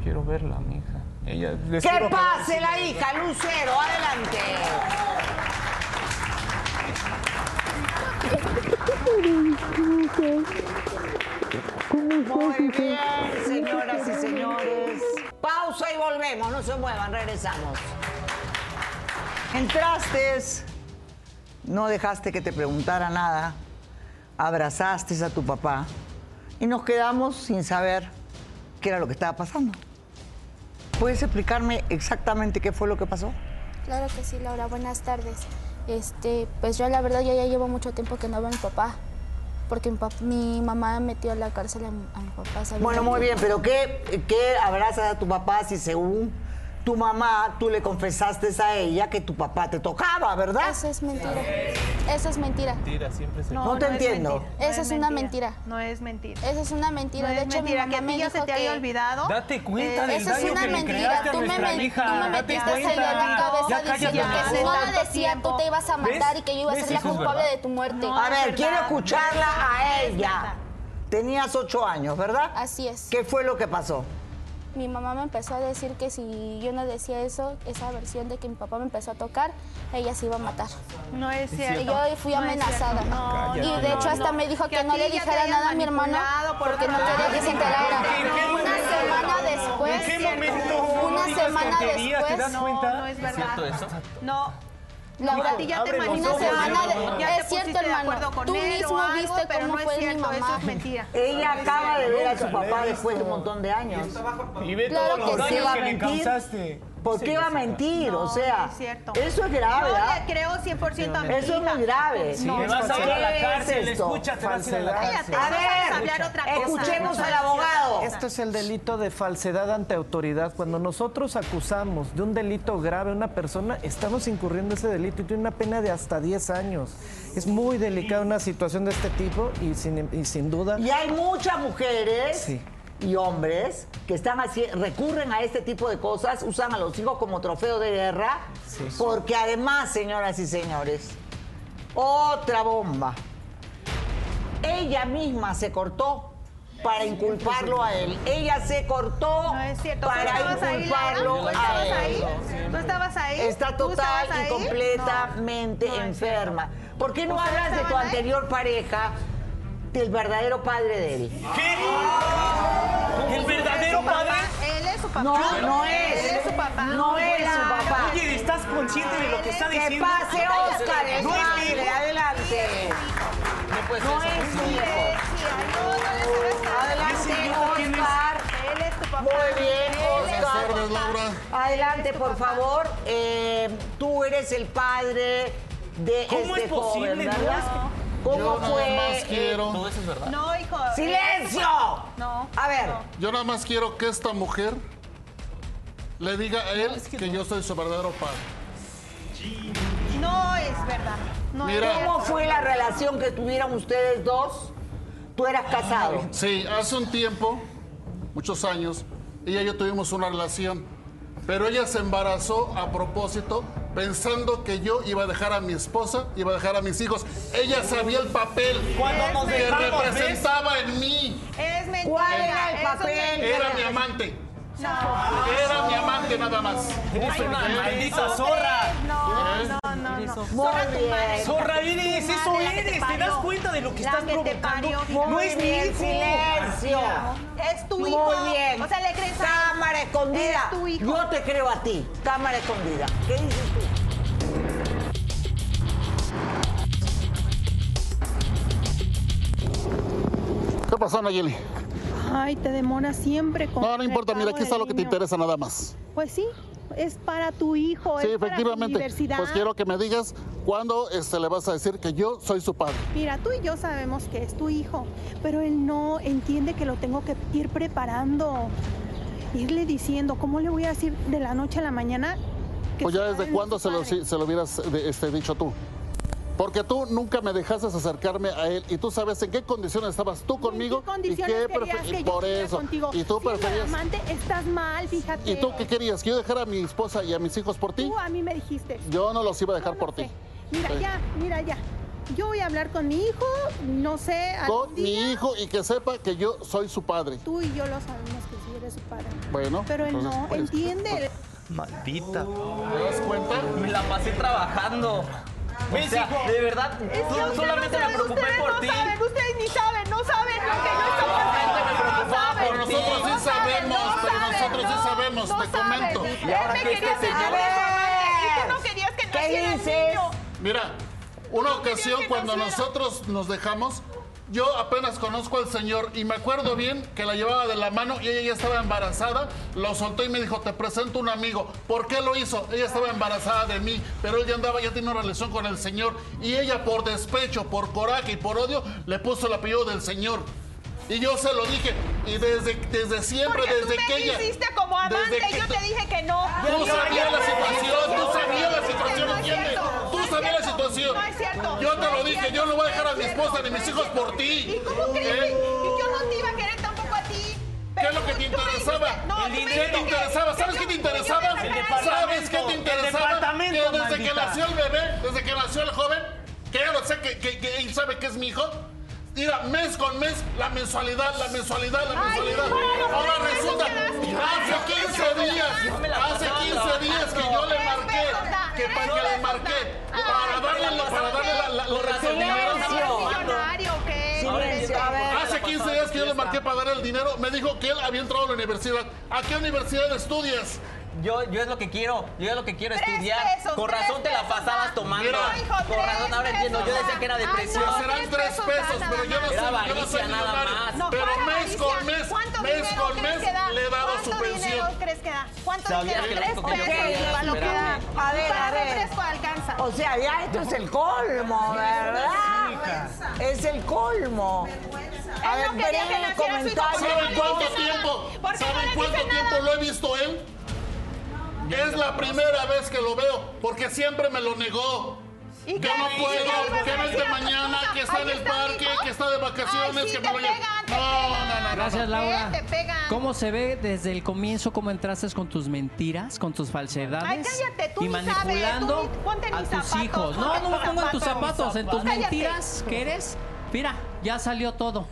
Speaker 5: Quiero verla, mi hija. Ella, les
Speaker 1: ¡Que
Speaker 5: juro que-
Speaker 1: pase la hija, Lucero! ¡Adelante! Muy bien, señoras y señores. Pausa y volvemos, no se muevan, regresamos. Entraste, no dejaste que te preguntara nada, abrazaste a tu papá y nos quedamos sin saber qué era lo que estaba pasando. ¿Puedes explicarme exactamente qué fue lo que pasó?
Speaker 17: Claro que sí, Laura, buenas tardes. Este, pues yo la verdad ya, ya llevo mucho tiempo que no veo a mi papá, porque mi, pap- mi mamá metió a la cárcel a mi, a mi papá. sabiendo
Speaker 1: Bueno, muy
Speaker 17: que-
Speaker 1: bien, pero ¿qué, qué abrazas a tu papá si según tu mamá tú le confesaste a ella que tu papá te tocaba, ¿verdad?
Speaker 17: Eso es mentira. Eso es mentira.
Speaker 5: Mentira, siempre se
Speaker 1: No, No te no es entiendo. mentira.
Speaker 17: Eso es una mentira.
Speaker 14: No es mentira.
Speaker 17: Eso es una mentira.
Speaker 14: No
Speaker 17: de
Speaker 14: es
Speaker 17: hecho,
Speaker 14: mentira,
Speaker 17: mi
Speaker 14: que a
Speaker 17: mamá
Speaker 14: ti
Speaker 17: me
Speaker 14: ya se
Speaker 17: dijo
Speaker 14: te había
Speaker 17: que-
Speaker 14: olvidado.
Speaker 5: Date cuenta
Speaker 17: Eh,
Speaker 5: del
Speaker 17: eso es
Speaker 5: daño
Speaker 17: una
Speaker 5: que le
Speaker 17: mentira.
Speaker 5: creaste a
Speaker 17: Tú me
Speaker 5: nuestra
Speaker 17: met-
Speaker 5: hija.
Speaker 17: tú me
Speaker 5: Date
Speaker 17: metiste esa
Speaker 5: cuenta.
Speaker 17: idea en la cabeza
Speaker 5: Ya cállate.
Speaker 17: diciendo que si no la
Speaker 14: Tanto
Speaker 17: decía tú te ibas a matar
Speaker 1: ¿Ves?
Speaker 17: y que yo iba a
Speaker 1: ¿Ves?
Speaker 17: ser la
Speaker 1: Eso es
Speaker 17: culpable
Speaker 1: verdad.
Speaker 17: de tu muerte.
Speaker 1: a ver, quiero escucharla a ella. Tenías ocho años, ¿verdad?
Speaker 17: Así es.
Speaker 1: ¿Qué fue lo que pasó?
Speaker 17: Mi mamá me empezó a decir que si yo no decía eso, esa versión de que mi papá me empezó a tocar, ella se iba a matar.
Speaker 14: No es cierto.
Speaker 17: Y yo fui
Speaker 14: No es
Speaker 17: amenazada.
Speaker 14: cierto. No,
Speaker 17: y
Speaker 14: no,
Speaker 17: de
Speaker 14: no,
Speaker 17: hecho hasta
Speaker 14: no.
Speaker 17: me dijo
Speaker 14: Que
Speaker 17: que,
Speaker 14: a
Speaker 17: no
Speaker 14: ti
Speaker 17: le
Speaker 14: ya te
Speaker 17: dijera
Speaker 14: hayan
Speaker 17: nada a mi hermano
Speaker 14: manipulado por
Speaker 17: porque no
Speaker 14: otra
Speaker 17: quería que se enterara.
Speaker 14: ¿En qué
Speaker 17: Una
Speaker 14: momento?
Speaker 17: semana después,
Speaker 14: ¿En qué momento?
Speaker 17: una
Speaker 14: No digas
Speaker 17: semana
Speaker 14: tonterías, ¿te
Speaker 17: después,
Speaker 14: das cuenta? No, no es verdad. ¿Es cierto eso? No.
Speaker 17: Laura,
Speaker 14: Hijo, ya te
Speaker 17: una
Speaker 14: manipularon,
Speaker 17: semana
Speaker 14: ya
Speaker 17: de-
Speaker 14: te
Speaker 17: es cierto,
Speaker 14: pusiste de acuerdo
Speaker 17: hermano.
Speaker 14: con
Speaker 17: Tú
Speaker 14: él o
Speaker 17: mismo
Speaker 14: algo,
Speaker 17: viste
Speaker 14: pero
Speaker 17: cómo
Speaker 14: no es
Speaker 17: fue mi
Speaker 14: cierto, eso
Speaker 17: mamá.
Speaker 14: es mentira.
Speaker 1: Ella acaba de ver a su
Speaker 5: Nunca le
Speaker 1: papá
Speaker 5: he
Speaker 1: después de un
Speaker 5: visto.
Speaker 1: montón de años.
Speaker 5: Y ve
Speaker 1: Claro
Speaker 5: todos los
Speaker 1: que sí.
Speaker 5: daños
Speaker 1: ¿Va a
Speaker 5: que le
Speaker 1: mentir?
Speaker 5: causaste.
Speaker 1: ¿Por qué va a mentir? o sea, eso es grave,
Speaker 14: Yo
Speaker 1: ¿ah?
Speaker 14: le creo 100% a mi
Speaker 1: Eso es
Speaker 14: hija.
Speaker 1: muy grave.
Speaker 14: No,
Speaker 5: Te vas a ir a la cárcel, escucha, te vas a ir a la
Speaker 14: Cállate,
Speaker 5: cárcel.
Speaker 14: no vamos a
Speaker 1: ver,
Speaker 14: hablar otra cosa.
Speaker 1: escuchemos al abogado.
Speaker 3: Esto es el delito de falsedad ante autoridad. Cuando nosotros acusamos de un delito grave a una persona, estamos incurriendo ese delito y tiene una pena de hasta 10 años. Es muy delicada una situación de este tipo y sin, y sin duda...
Speaker 1: Y hay muchas mujeres
Speaker 3: Sí.
Speaker 1: y hombres que están haci- recurren a este tipo de cosas, usan a los hijos como trofeo de guerra,
Speaker 3: Sí.
Speaker 1: porque además, señoras y señores, otra bomba. Ella misma se cortó para inculparlo a él. Ella se cortó para
Speaker 14: estabas ahí, Laura?
Speaker 1: inculparlo
Speaker 14: ¿Tú
Speaker 1: a
Speaker 14: estabas
Speaker 1: él.
Speaker 14: ahí? ¿Tú estabas ahí?
Speaker 1: Está
Speaker 14: ¿Tú
Speaker 1: total
Speaker 14: estabas
Speaker 1: y
Speaker 14: ahí?
Speaker 1: completamente enferma. ¿Por qué no
Speaker 14: ¿Ustedes
Speaker 1: hablas de tu
Speaker 14: estaban ahí?
Speaker 1: anterior pareja, del verdadero padre de él?
Speaker 5: ¿El
Speaker 14: ¿Su
Speaker 5: verdadero
Speaker 14: papá?
Speaker 5: padre?
Speaker 14: Él es su papá.
Speaker 1: No, no es.
Speaker 14: Él es su papá.
Speaker 1: No es su papá.
Speaker 5: Oye, ¿estás consciente de lo que está
Speaker 1: Que
Speaker 5: diciendo?
Speaker 1: pase Oscar, el
Speaker 5: No es mi
Speaker 1: padre,
Speaker 5: hijo.
Speaker 1: adelante. No es mi hijo. Adelante, Oscar.
Speaker 14: Él es tu papá.
Speaker 1: Muy bien,
Speaker 14: Él es tu
Speaker 1: Oscar.
Speaker 14: papá.
Speaker 1: Adelante, por favor. Eh, tú eres el padre de
Speaker 5: ¿Cómo
Speaker 1: este
Speaker 5: es posible?
Speaker 1: joven,
Speaker 5: No,
Speaker 1: ¿verdad? ¿Cómo
Speaker 16: Yo
Speaker 1: fue?
Speaker 16: nada más quiero.
Speaker 1: eh,
Speaker 16: eso es verdad.
Speaker 14: No, hijo.
Speaker 1: ¡Silencio!
Speaker 14: No.
Speaker 1: A ver.
Speaker 16: Yo nada más quiero que esta mujer le diga a él que, yo soy su verdadero padre.
Speaker 14: No es verdad. No es
Speaker 16: Mira.
Speaker 1: ¿Cómo
Speaker 14: cierto.
Speaker 1: fue la relación que tuvieron ustedes dos? Tú eras casado.
Speaker 16: Sí, hace un tiempo
Speaker 18: muchos años, ella y yo tuvimos una relación. Pero ella se embarazó a propósito, pensando que yo iba a dejar a mi esposa, iba a dejar a mis hijos. Ella sabía el papel
Speaker 10: nos
Speaker 18: que
Speaker 10: dejamos, ves?
Speaker 18: representaba en mí.
Speaker 10: Es mentira.
Speaker 18: ¿Cuál era
Speaker 10: eso es mentira.
Speaker 18: Era mi amante.
Speaker 10: No.
Speaker 18: Era mi amante nada más.
Speaker 10: Eres una
Speaker 18: ¿Qué?
Speaker 10: maldita
Speaker 18: ¿Qué?
Speaker 10: zorra.
Speaker 18: ¿Qué?
Speaker 10: No, no, no, no. Zorra tu madre.
Speaker 4: Zorra
Speaker 10: Tu
Speaker 4: eres,
Speaker 10: madre,
Speaker 4: eso
Speaker 10: la que
Speaker 4: eres. ¿Te
Speaker 10: parió.
Speaker 4: das cuenta de lo que
Speaker 10: La
Speaker 4: estás
Speaker 10: te
Speaker 4: provocando?
Speaker 10: parió.
Speaker 4: No es mi
Speaker 10: bien,
Speaker 4: hijo.
Speaker 1: silencio.
Speaker 10: Es tu
Speaker 1: Muy
Speaker 10: hijo.
Speaker 1: bien.
Speaker 10: O sea, le crees a
Speaker 1: Cámara escondida.
Speaker 10: Eres tu hijo.
Speaker 1: Yo te creo a ti. Cámara escondida. ¿Qué dices tú?
Speaker 18: ¿Qué pasó, Nayeli?
Speaker 14: Ay, te demora siempre con.
Speaker 18: No, no importa, mira, aquí está lo que te interesa nada más.
Speaker 14: Pues sí, es para tu hijo,
Speaker 10: Pues
Speaker 18: Sí,
Speaker 14: es para tu
Speaker 18: efectivamente.
Speaker 14: universidad.
Speaker 18: Pues quiero que me digas cuándo este, le vas a decir que yo soy su padre.
Speaker 14: Mira, tú y yo sabemos que es tu hijo, pero él no entiende que lo tengo que ir preparando. Irle diciendo, ¿cómo le voy a decir de la noche a la mañana? que
Speaker 18: Pues
Speaker 14: su
Speaker 18: ya
Speaker 14: padre
Speaker 18: desde
Speaker 14: no
Speaker 18: cuándo
Speaker 14: es
Speaker 18: se
Speaker 14: su
Speaker 18: lo,
Speaker 14: padre?
Speaker 18: si- se lo hubieras de- este, dicho tú. Porque tú nunca me dejaste acercarme a él y tú sabes en qué condiciones estabas tú conmigo
Speaker 14: condiciones
Speaker 18: y qué
Speaker 14: querías
Speaker 18: prefe-
Speaker 14: que yo
Speaker 18: por
Speaker 14: estuviera
Speaker 18: eso
Speaker 14: contigo?
Speaker 18: y tú
Speaker 14: Siendo
Speaker 18: preferías
Speaker 14: amante estás mal, fíjate.
Speaker 18: y tú qué querías que yo dejara a mi esposa y a mis hijos por ti
Speaker 14: Tú a mí me dijiste.
Speaker 18: yo no los iba a dejar por ti
Speaker 14: Mira,
Speaker 18: Sí.
Speaker 14: ya, mira, ya. Yo voy a hablar con mi hijo, no sé,
Speaker 18: con
Speaker 14: algún
Speaker 18: mi
Speaker 14: día
Speaker 18: hijo y que sepa que yo soy su padre
Speaker 14: tú y yo lo sabemos que sí eres su padre.
Speaker 18: bueno
Speaker 14: Pero él
Speaker 18: entonces,
Speaker 14: no
Speaker 18: pues,
Speaker 14: entiende.
Speaker 12: Maldita.
Speaker 18: ¿Te das cuenta?
Speaker 12: Me la pasé trabajando.
Speaker 10: Mis
Speaker 12: O sea,
Speaker 10: hijos.
Speaker 12: de verdad,
Speaker 10: Es que
Speaker 12: tú-
Speaker 10: ustedes
Speaker 12: solamente me
Speaker 10: no saben,
Speaker 12: preocupé
Speaker 10: ustedes
Speaker 12: por
Speaker 10: no
Speaker 12: ti.
Speaker 10: saben, ustedes ni saben, no saben lo que yo estoy
Speaker 12: Solamente
Speaker 10: pasando.
Speaker 12: me preocupaba
Speaker 10: no saben.
Speaker 12: por ti.
Speaker 18: Nosotros sí
Speaker 10: No saben,
Speaker 18: sabemos,
Speaker 10: no
Speaker 18: pero
Speaker 10: saben,
Speaker 18: nosotros sí
Speaker 10: no,
Speaker 18: sabemos,
Speaker 10: no
Speaker 18: te
Speaker 10: saben.
Speaker 18: comento.
Speaker 10: Él
Speaker 18: Y ahora
Speaker 10: me
Speaker 18: que este
Speaker 10: quería
Speaker 18: señor-
Speaker 10: sacar de su amante y tú no querías que naciera el niño.
Speaker 18: Mira, una ocasión cuando nosotros nos dejamos, yo apenas conozco al señor y me acuerdo bien que la llevaba de la mano y ella ya estaba embarazada, lo soltó y me dijo, te presento un amigo. ¿Por qué lo hizo? Ella estaba embarazada de mí, pero él ya andaba, ya tenía una relación con el señor y ella por despecho, por coraje y por odio le puso el apellido del señor. Y yo se lo dije, y desde, desde siempre,
Speaker 10: Porque tú
Speaker 18: desde
Speaker 10: me
Speaker 18: que ella...
Speaker 10: quisiste como amante
Speaker 18: desde
Speaker 10: y yo
Speaker 18: que-
Speaker 10: te dije que no.
Speaker 18: Tú
Speaker 10: Yo-
Speaker 18: sabías la
Speaker 10: yo-
Speaker 18: situación, tú sabías la situación,
Speaker 10: No es
Speaker 18: ¿entiendes?
Speaker 10: cierto,
Speaker 18: Tú
Speaker 10: no es
Speaker 18: sabías la
Speaker 10: cierto,
Speaker 18: situación.
Speaker 10: No es cierto.
Speaker 18: Yo te
Speaker 10: no
Speaker 18: lo
Speaker 10: es
Speaker 18: dije,
Speaker 10: cierto,
Speaker 18: yo no voy a dejar
Speaker 10: no
Speaker 18: a mi
Speaker 10: es cierto,
Speaker 18: esposa ni
Speaker 10: no
Speaker 18: mis
Speaker 10: es
Speaker 18: hijos
Speaker 10: cierto.
Speaker 18: por ti.
Speaker 10: ¿Y cómo crees que
Speaker 18: ¿Eh?
Speaker 10: y yo no te iba a querer tampoco a ti?
Speaker 18: ¿Qué es lo que te interesaba?
Speaker 10: no, tú me
Speaker 18: ¿Qué te
Speaker 10: dijiste
Speaker 18: interesaba?
Speaker 10: que
Speaker 18: ¿Sabes
Speaker 10: yo-
Speaker 18: qué
Speaker 10: que yo
Speaker 18: te
Speaker 10: me
Speaker 18: interesaba?
Speaker 10: separara.
Speaker 18: ¿Sabes qué te
Speaker 10: El
Speaker 18: interesaba? Que
Speaker 10: departamento,
Speaker 18: desde que
Speaker 10: maldita.
Speaker 18: nació el bebé, desde que nació el joven, que ya lo sé, que, que, que él sabe que es mi hijo. Mira, mes con mes, la mensualidad, la mensualidad, la
Speaker 10: Ay,
Speaker 18: mensualidad.
Speaker 10: bueno,
Speaker 18: Ahora
Speaker 10: tres pesos
Speaker 18: resulta,
Speaker 10: te das.
Speaker 18: hace 15 días,
Speaker 10: Yo me la
Speaker 18: hace
Speaker 10: pasaba
Speaker 18: 15 días que yo le
Speaker 10: trabajando.
Speaker 18: marqué,
Speaker 10: Tres pesos da,
Speaker 18: que
Speaker 10: tres
Speaker 18: para que le
Speaker 10: pesos
Speaker 18: marqué,
Speaker 10: da.
Speaker 18: para
Speaker 10: Ay,
Speaker 18: darle,
Speaker 10: te la
Speaker 18: para darle la, la, la
Speaker 10: pasaste.
Speaker 18: remuneración.
Speaker 10: Millonario, ¿qué?
Speaker 1: Silencio, a ver.
Speaker 18: Hace 15 días que yo le marqué para dar el dinero, me dijo que él había entrado a la universidad. ¿A qué universidad estudias?
Speaker 12: Yo, yo es lo que quiero, yo es lo que quiero
Speaker 10: Tres
Speaker 12: estudiar.
Speaker 10: pesos,
Speaker 12: Con
Speaker 10: tres
Speaker 12: razón te la
Speaker 10: pesos,
Speaker 12: pasabas
Speaker 10: ma.
Speaker 12: tomando.
Speaker 10: Mira. No, hijo,
Speaker 12: Con razón ahora
Speaker 10: tres
Speaker 12: entiendo. Yo
Speaker 10: pesos,
Speaker 12: decía que era
Speaker 10: ma. Ay,
Speaker 12: depresión.
Speaker 10: no,
Speaker 18: Serán
Speaker 10: tres
Speaker 18: tres
Speaker 10: pesos,
Speaker 18: pesos,
Speaker 10: nada
Speaker 18: pero yo no
Speaker 10: más.
Speaker 18: soy,
Speaker 12: Era
Speaker 18: yo no soy
Speaker 12: avaricia, nada más.
Speaker 18: millonario.
Speaker 12: No,
Speaker 18: pero
Speaker 12: ¿cuál
Speaker 18: mes con
Speaker 12: avaricia?
Speaker 18: mes,
Speaker 12: ¿Cuánto
Speaker 18: mes
Speaker 12: dinero
Speaker 18: con
Speaker 12: crees
Speaker 18: mes,
Speaker 12: que da?
Speaker 18: le he dado su
Speaker 12: ¿Cuánto dinero
Speaker 18: pensión.
Speaker 10: crees que da? ¿Cuánto
Speaker 12: Sabía
Speaker 10: dinero?
Speaker 12: que
Speaker 10: Tres
Speaker 12: lo que
Speaker 10: pesos
Speaker 12: quería
Speaker 10: para lo que da.
Speaker 12: esperarme.
Speaker 1: A ver,
Speaker 10: Para
Speaker 1: a ver.
Speaker 10: refresco alcanza.
Speaker 1: O sea, ya esto es el colmo, ¿verdad? Es el colmo. A ver,
Speaker 10: no quería
Speaker 1: esperen
Speaker 10: que
Speaker 1: el
Speaker 10: naciera su hijo porque
Speaker 1: comentario.
Speaker 18: ¿Saben cuánto tiempo? ¿Saben cuánto tiempo lo he visto él? Es la primera vez que lo veo, porque siempre me lo negó.
Speaker 10: ¿Y
Speaker 18: que
Speaker 10: qué?
Speaker 18: no
Speaker 10: ¿Y qué ibas
Speaker 18: puedo,
Speaker 10: a
Speaker 18: que
Speaker 10: decir
Speaker 18: vente
Speaker 10: a tu
Speaker 18: mañana,
Speaker 10: esposa?
Speaker 18: que está
Speaker 10: pues Ahí
Speaker 18: en el
Speaker 10: está mi
Speaker 18: parque,
Speaker 10: hijo.
Speaker 18: que está de vacaciones,
Speaker 10: Ay, sí,
Speaker 18: que
Speaker 10: te
Speaker 18: me lo lleve.
Speaker 10: pegan, te
Speaker 18: No, no, no, no.
Speaker 19: Gracias,
Speaker 18: no.
Speaker 19: Laura.
Speaker 10: Te pegan.
Speaker 19: ¿Cómo se ve desde el comienzo cómo entraste con tus mentiras, con tus falsedades?
Speaker 10: Ay, cállate, tú
Speaker 19: y
Speaker 10: ni
Speaker 19: manipulando
Speaker 10: sabes, tú ni- ponte mis
Speaker 19: a tus
Speaker 10: zapatos,
Speaker 19: hijos. No,
Speaker 10: ponte
Speaker 19: no me
Speaker 10: tus
Speaker 19: pongo en tus
Speaker 10: zapatos.
Speaker 19: zapatos, en tus
Speaker 10: Cállate.
Speaker 19: mentiras que eres. Mira, ya salió todo.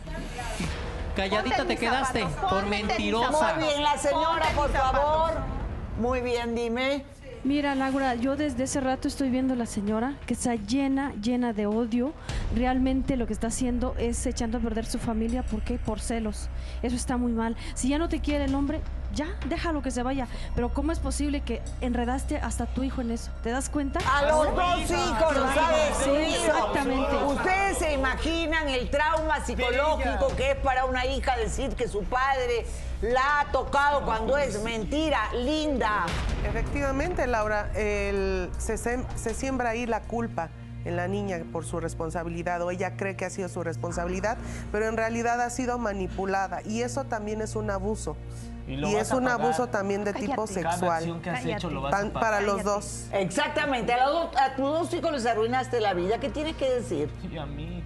Speaker 19: Calladita
Speaker 1: Ponte
Speaker 19: te
Speaker 1: mis
Speaker 19: quedaste
Speaker 1: zapatos,
Speaker 19: por
Speaker 1: ponte mis
Speaker 19: mentirosa.
Speaker 1: zapatos. Muy bien, la señora, por favor. Muy bien, dime.
Speaker 20: Mira, Laura, yo desde ese rato estoy viendo a la señora que está llena, llena de odio. Realmente lo que está haciendo es echando a perder su familia. ¿Por qué? Por celos. Eso está muy mal. Si ya no te quiere el hombre, ya, déjalo que se vaya. Pero ¿cómo es posible que enredaste hasta tu hijo en eso? ¿Te das cuenta?
Speaker 1: A los dos hijos los ha
Speaker 20: Sí,
Speaker 1: destruido.
Speaker 20: exactamente.
Speaker 1: Ustedes se imaginan el trauma psicológico que es para una hija decir que su padre la ha tocado cuando es mentira, linda.
Speaker 21: Efectivamente, Laura, el- se, sem- se siembra ahí la culpa en la niña por su responsabilidad o ella cree que ha sido su responsabilidad, pero en realidad ha sido manipulada y eso también es un abuso.
Speaker 4: Y
Speaker 21: Y,
Speaker 4: lo vas
Speaker 21: es
Speaker 4: a
Speaker 21: un
Speaker 4: pagar.
Speaker 21: abuso también de
Speaker 4: Cállate.
Speaker 21: tipo
Speaker 4: Cada
Speaker 21: sexual.
Speaker 4: acción que has Cállate. hecho lo vas a
Speaker 21: Pan-
Speaker 4: pagar.
Speaker 21: Para los
Speaker 4: Cállate.
Speaker 21: dos.
Speaker 1: Exactamente, a, los dos- a tus dos hijos les arruinaste la vida. ¿Qué tienes que decir?
Speaker 4: Y a mí.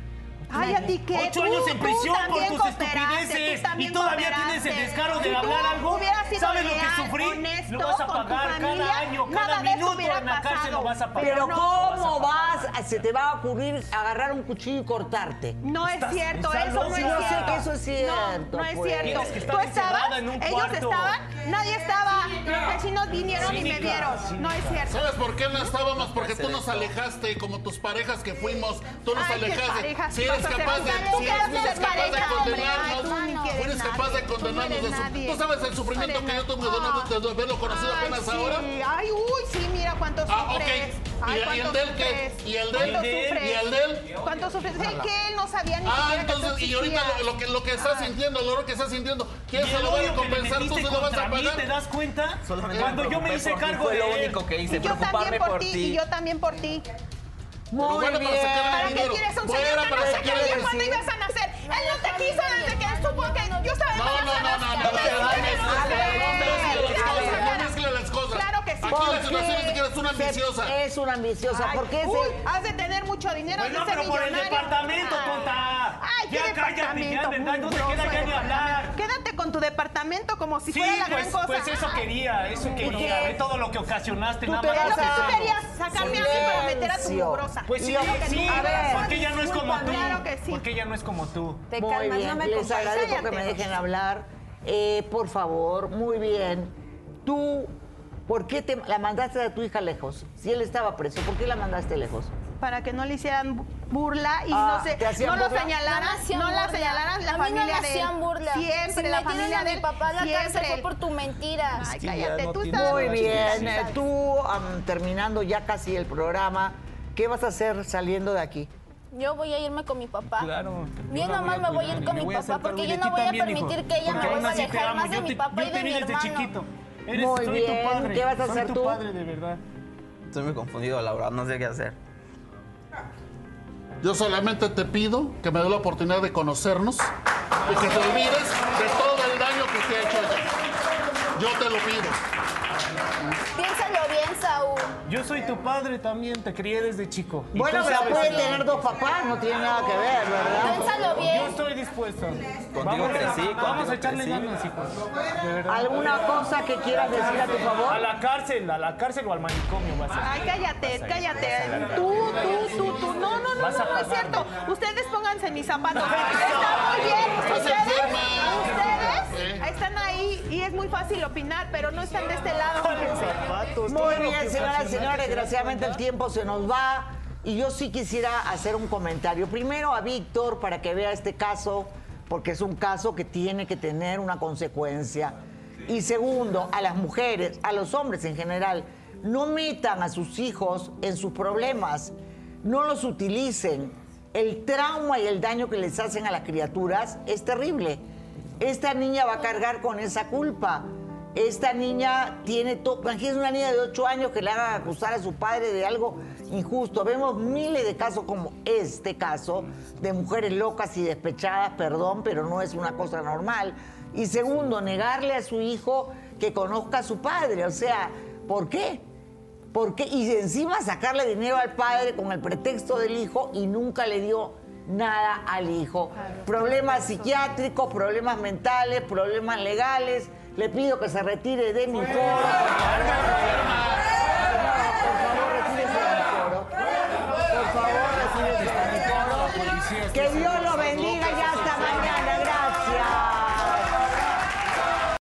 Speaker 10: Ay, ¿a ti qué?
Speaker 4: Ocho
Speaker 10: Tú-
Speaker 4: años en
Speaker 10: tú
Speaker 4: prisión por
Speaker 10: también
Speaker 4: tus
Speaker 10: cooperaste,
Speaker 4: estupideces
Speaker 10: tú también
Speaker 4: y todavía
Speaker 10: cooperaste.
Speaker 4: tienes el descaro de
Speaker 10: Si tú
Speaker 4: hablar algo.
Speaker 10: hubieras sido
Speaker 4: ¿Sabes lo que
Speaker 10: leal,
Speaker 4: sufrí?
Speaker 10: honesto
Speaker 4: lo vas a
Speaker 10: con tu
Speaker 4: pagar
Speaker 10: familia,
Speaker 4: cada año,
Speaker 10: nada
Speaker 4: cada
Speaker 10: de eso
Speaker 4: minuto
Speaker 10: hubiera
Speaker 4: en la cárcel lo
Speaker 10: pasado.
Speaker 4: vas a pagar.
Speaker 1: Pero
Speaker 4: Lo
Speaker 1: ¿cómo
Speaker 4: vas? a
Speaker 1: vas? a- Se te va a ocurrir agarrar un cuchillo y cortarte.
Speaker 10: No es
Speaker 1: Estás-
Speaker 10: cierto,
Speaker 1: estás
Speaker 10: eso no es
Speaker 1: loca.
Speaker 10: cierto.
Speaker 1: Yo sé que eso es cierto.
Speaker 10: No, no es
Speaker 1: pues.
Speaker 10: cierto. Tú estabas, ellos estaban, nadie estaba. Los vecinos vinieron y me vieron. No es cierto.
Speaker 18: ¿Sabes por qué no estábamos? Porque tú nos alejaste, como tus parejas que fuimos, tú nos
Speaker 10: Ay, qué
Speaker 18: alejaste.
Speaker 10: parejas,
Speaker 18: Si eres
Speaker 10: vas a ser
Speaker 18: capaz de,
Speaker 10: pareja. Tú
Speaker 18: si
Speaker 10: quieres
Speaker 18: fuiste
Speaker 10: ser
Speaker 18: capaz de
Speaker 10: pareja, hombre. Ay, tú ni
Speaker 18: condenarnos,
Speaker 10: quieres
Speaker 18: eres
Speaker 10: nadie.
Speaker 18: capaz de
Speaker 10: Tú no
Speaker 18: condenarnos.
Speaker 10: eres
Speaker 18: de su-
Speaker 10: nadie.
Speaker 18: ¿Tú sabes el sufrimiento que yo tuve de no- de no haberlo conocido
Speaker 10: Ay,
Speaker 18: apenas
Speaker 10: sí.
Speaker 18: ahora?
Speaker 10: Ay, uy, sí, mira cuánto
Speaker 18: Ah, ok.
Speaker 10: sufres. Ay,
Speaker 18: ¿Y- y
Speaker 10: cuánto
Speaker 18: el de él qué?
Speaker 10: sufres.
Speaker 18: ¿Y el de él?
Speaker 10: ¿Cuánto
Speaker 18: ¿Y el de él?
Speaker 10: sufres?
Speaker 18: ¿Y el de él?
Speaker 10: ¿Cuánto sufres? El que él no sabía ni
Speaker 18: Ah,
Speaker 10: siquiera que tú
Speaker 18: entonces, y ahorita
Speaker 10: existías.
Speaker 18: lo, lo que, lo que estás sintiendo, el dolor que estás sintiendo, ¿quién
Speaker 4: Y
Speaker 18: se
Speaker 4: el
Speaker 18: lo va a
Speaker 4: odio que le
Speaker 18: compensar? ¿Tú
Speaker 4: metiste
Speaker 18: se lo vas a
Speaker 4: contra mí,
Speaker 18: pagar?
Speaker 4: ¿te das cuenta?
Speaker 18: Solamente
Speaker 4: Cuando
Speaker 18: me
Speaker 4: yo me
Speaker 18: preocupé
Speaker 4: hice
Speaker 18: por ti,
Speaker 4: cargo
Speaker 18: fue
Speaker 4: de
Speaker 18: lo
Speaker 4: él.
Speaker 18: único que hice,
Speaker 10: Y yo también por ti, y yo también por ti.
Speaker 18: Muy bueno, para bien. sacarle
Speaker 10: ¿Para qué
Speaker 18: dinero.
Speaker 10: quieres a un
Speaker 18: Bueno,
Speaker 10: señor que
Speaker 18: para
Speaker 10: no se
Speaker 18: sacarle
Speaker 10: quería cuando
Speaker 18: dinero.
Speaker 10: ibas a nacer? Él no te quiso desde que supo que yo estaba
Speaker 18: No, no, no, no, no, no,
Speaker 10: embarazada. Él
Speaker 18: no, no,
Speaker 10: no
Speaker 18: no, no, no, no,
Speaker 10: sabe.
Speaker 18: no, no,
Speaker 10: Claro.
Speaker 18: no mezcle las cosas.
Speaker 10: Claro que sí.
Speaker 18: Aquí la situación es que eres una
Speaker 1: Se-
Speaker 18: ambiciosa.
Speaker 1: Es una ambiciosa.
Speaker 10: Ay,
Speaker 1: ¿Por qué
Speaker 10: uy,
Speaker 1: se-
Speaker 10: has de tener mucho dinero.
Speaker 1: Bueno,
Speaker 10: has de ser
Speaker 1: pero por el
Speaker 10: millonario.
Speaker 1: departamento,
Speaker 10: Ay.
Speaker 1: tonta.
Speaker 10: Ay,
Speaker 1: Ya
Speaker 10: ¿qué
Speaker 1: cállate, ya,
Speaker 10: departamento?
Speaker 1: de verdad, no
Speaker 10: Muy
Speaker 1: te queda
Speaker 10: groso
Speaker 1: ya
Speaker 10: el
Speaker 1: ni
Speaker 10: departamento.
Speaker 1: hablar.
Speaker 10: Quédate con tu departamento como si
Speaker 4: Sí,
Speaker 10: fuera la
Speaker 4: pues,
Speaker 10: gran cosa.
Speaker 4: pues eso
Speaker 10: Ay.
Speaker 4: quería, eso quería. Ve todo lo que ocasionaste
Speaker 10: Tú
Speaker 4: nada
Speaker 10: te
Speaker 4: más.
Speaker 10: vas a-
Speaker 4: hacerlo.
Speaker 10: Tú querías sacarme a mí para meter a tu
Speaker 4: Silencio.
Speaker 10: mugrosa.
Speaker 4: Pues sí,
Speaker 10: Lo que
Speaker 4: sí,
Speaker 10: tú hagas.
Speaker 4: porque ella no es como tú.
Speaker 10: Claro que sí.
Speaker 4: Porque ella no es como tú.
Speaker 1: Muy bien, les agradezco que me dejen hablar. Eh, por favor, muy bien. Tú, ¿por qué te, la mandaste a tu hija lejos? Si él estaba preso, ¿por qué la mandaste lejos?
Speaker 10: para que no le hicieran bu- burla y
Speaker 1: Ah,
Speaker 10: no se
Speaker 1: ¿te hacían
Speaker 10: no lo
Speaker 1: burla?
Speaker 10: señalaran,
Speaker 17: No me hacían
Speaker 10: no, la
Speaker 17: burla.
Speaker 10: señalaran la
Speaker 17: A mí no
Speaker 10: familia
Speaker 17: me
Speaker 10: de él.
Speaker 17: hacían burla.
Speaker 10: Siempre
Speaker 17: Si
Speaker 10: la
Speaker 17: metieron
Speaker 10: familia
Speaker 17: a
Speaker 10: de
Speaker 17: mi
Speaker 10: él,
Speaker 17: papá a la cárcel
Speaker 10: siempre.
Speaker 17: fue por tu mentira.
Speaker 10: Ay, cállate, tú estás
Speaker 1: Muy bien, eh, tú am, terminando ya casi el programa, ¿qué vas a hacer saliendo de aquí?
Speaker 17: Yo voy a irme con mi papá.
Speaker 1: Claro,
Speaker 17: Bien
Speaker 1: yo la
Speaker 17: nomás
Speaker 1: voy a
Speaker 17: me voy a
Speaker 1: cuidar
Speaker 17: ir
Speaker 1: y
Speaker 17: con
Speaker 1: me
Speaker 17: mi
Speaker 1: voy a
Speaker 17: papá
Speaker 1: hacer
Speaker 17: porque
Speaker 1: cargo
Speaker 17: yo
Speaker 1: de
Speaker 17: no
Speaker 1: ti
Speaker 17: voy a
Speaker 1: también,
Speaker 17: permitir
Speaker 1: hijo,
Speaker 17: que ella
Speaker 1: porque
Speaker 17: me
Speaker 1: aún
Speaker 17: vuelva a
Speaker 1: así te
Speaker 17: alejar
Speaker 1: amo,
Speaker 17: más de
Speaker 1: yo
Speaker 17: mi
Speaker 1: te-
Speaker 17: papá y
Speaker 1: yo
Speaker 17: de
Speaker 1: te
Speaker 17: mi
Speaker 1: vi desde
Speaker 17: hermano.
Speaker 1: chiquito. Eres- Muy soy tu bien, padre, ¿qué vas a soy hacer tu tú? padre,
Speaker 5: de verdad.
Speaker 12: Estoy muy confundido, la verdad, no sé qué hacer.
Speaker 18: Yo solamente te pido que me dé la oportunidad de conocernos y que te olvides de todo el daño que te ha hecho ella. Yo te lo pido.
Speaker 17: Piénsalo bien, Saúl.
Speaker 5: Yo soy tu padre también, te crié desde chico. Y
Speaker 1: Bueno,
Speaker 5: tú
Speaker 1: pero
Speaker 5: sabes-
Speaker 1: puede tener dos papás, no tiene nada que ver, ¿verdad?
Speaker 17: Piénsalo bien.
Speaker 5: Yo estoy dispuesto.
Speaker 12: Contigo crecí,
Speaker 5: Vamos
Speaker 12: contigo
Speaker 5: a echarle
Speaker 12: crecí.
Speaker 5: ganas, hijos. De verdad.
Speaker 1: ¿Alguna cosa que quieras decir a tu favor?
Speaker 5: A la cárcel, a la cárcel o al manicomio vas a
Speaker 10: Ay, cállate, cállate. Tú, tú, tú, tú. No, no, no, no,
Speaker 5: Vas a
Speaker 10: no es
Speaker 5: pagar,
Speaker 10: cierto. Ustedes pónganse en mis zapatos. Está muy bien.
Speaker 18: Estás
Speaker 10: Ustedes, ustedes están ahí y es muy fácil opinar, pero no están de este lado, fíjense.
Speaker 1: Muy bien, señoras y señores, desgraciadamente el tiempo se nos va y yo sí quisiera hacer un comentario. Primero a Víctor para que vea este caso, porque es un caso que tiene que tener una consecuencia. Y segundo, a las mujeres, a los hombres en general, no metan a sus hijos en sus problemas, no los utilicen. El trauma y el daño que les hacen a las criaturas es terrible. Esta niña va a cargar con esa culpa. Esta niña tiene todo. Imagínense una niña de 8 años que le hagan acusar a su padre de algo injusto. Vemos miles de casos como este caso, de mujeres locas y despechadas, perdón, pero no es una cosa normal. Y segundo, negarle a su hijo que conozca a su padre. O sea, ¿por qué? ¿Por qué? Y encima sacarle dinero al padre con el pretexto del hijo y nunca le dio nada al hijo. Problemas psiquiátricos, problemas mentales, problemas legales. Le pido que se retire de mi foro. Señora, por favor, retírese de mi foro. Por favor, retírese de mi foro. Que Dios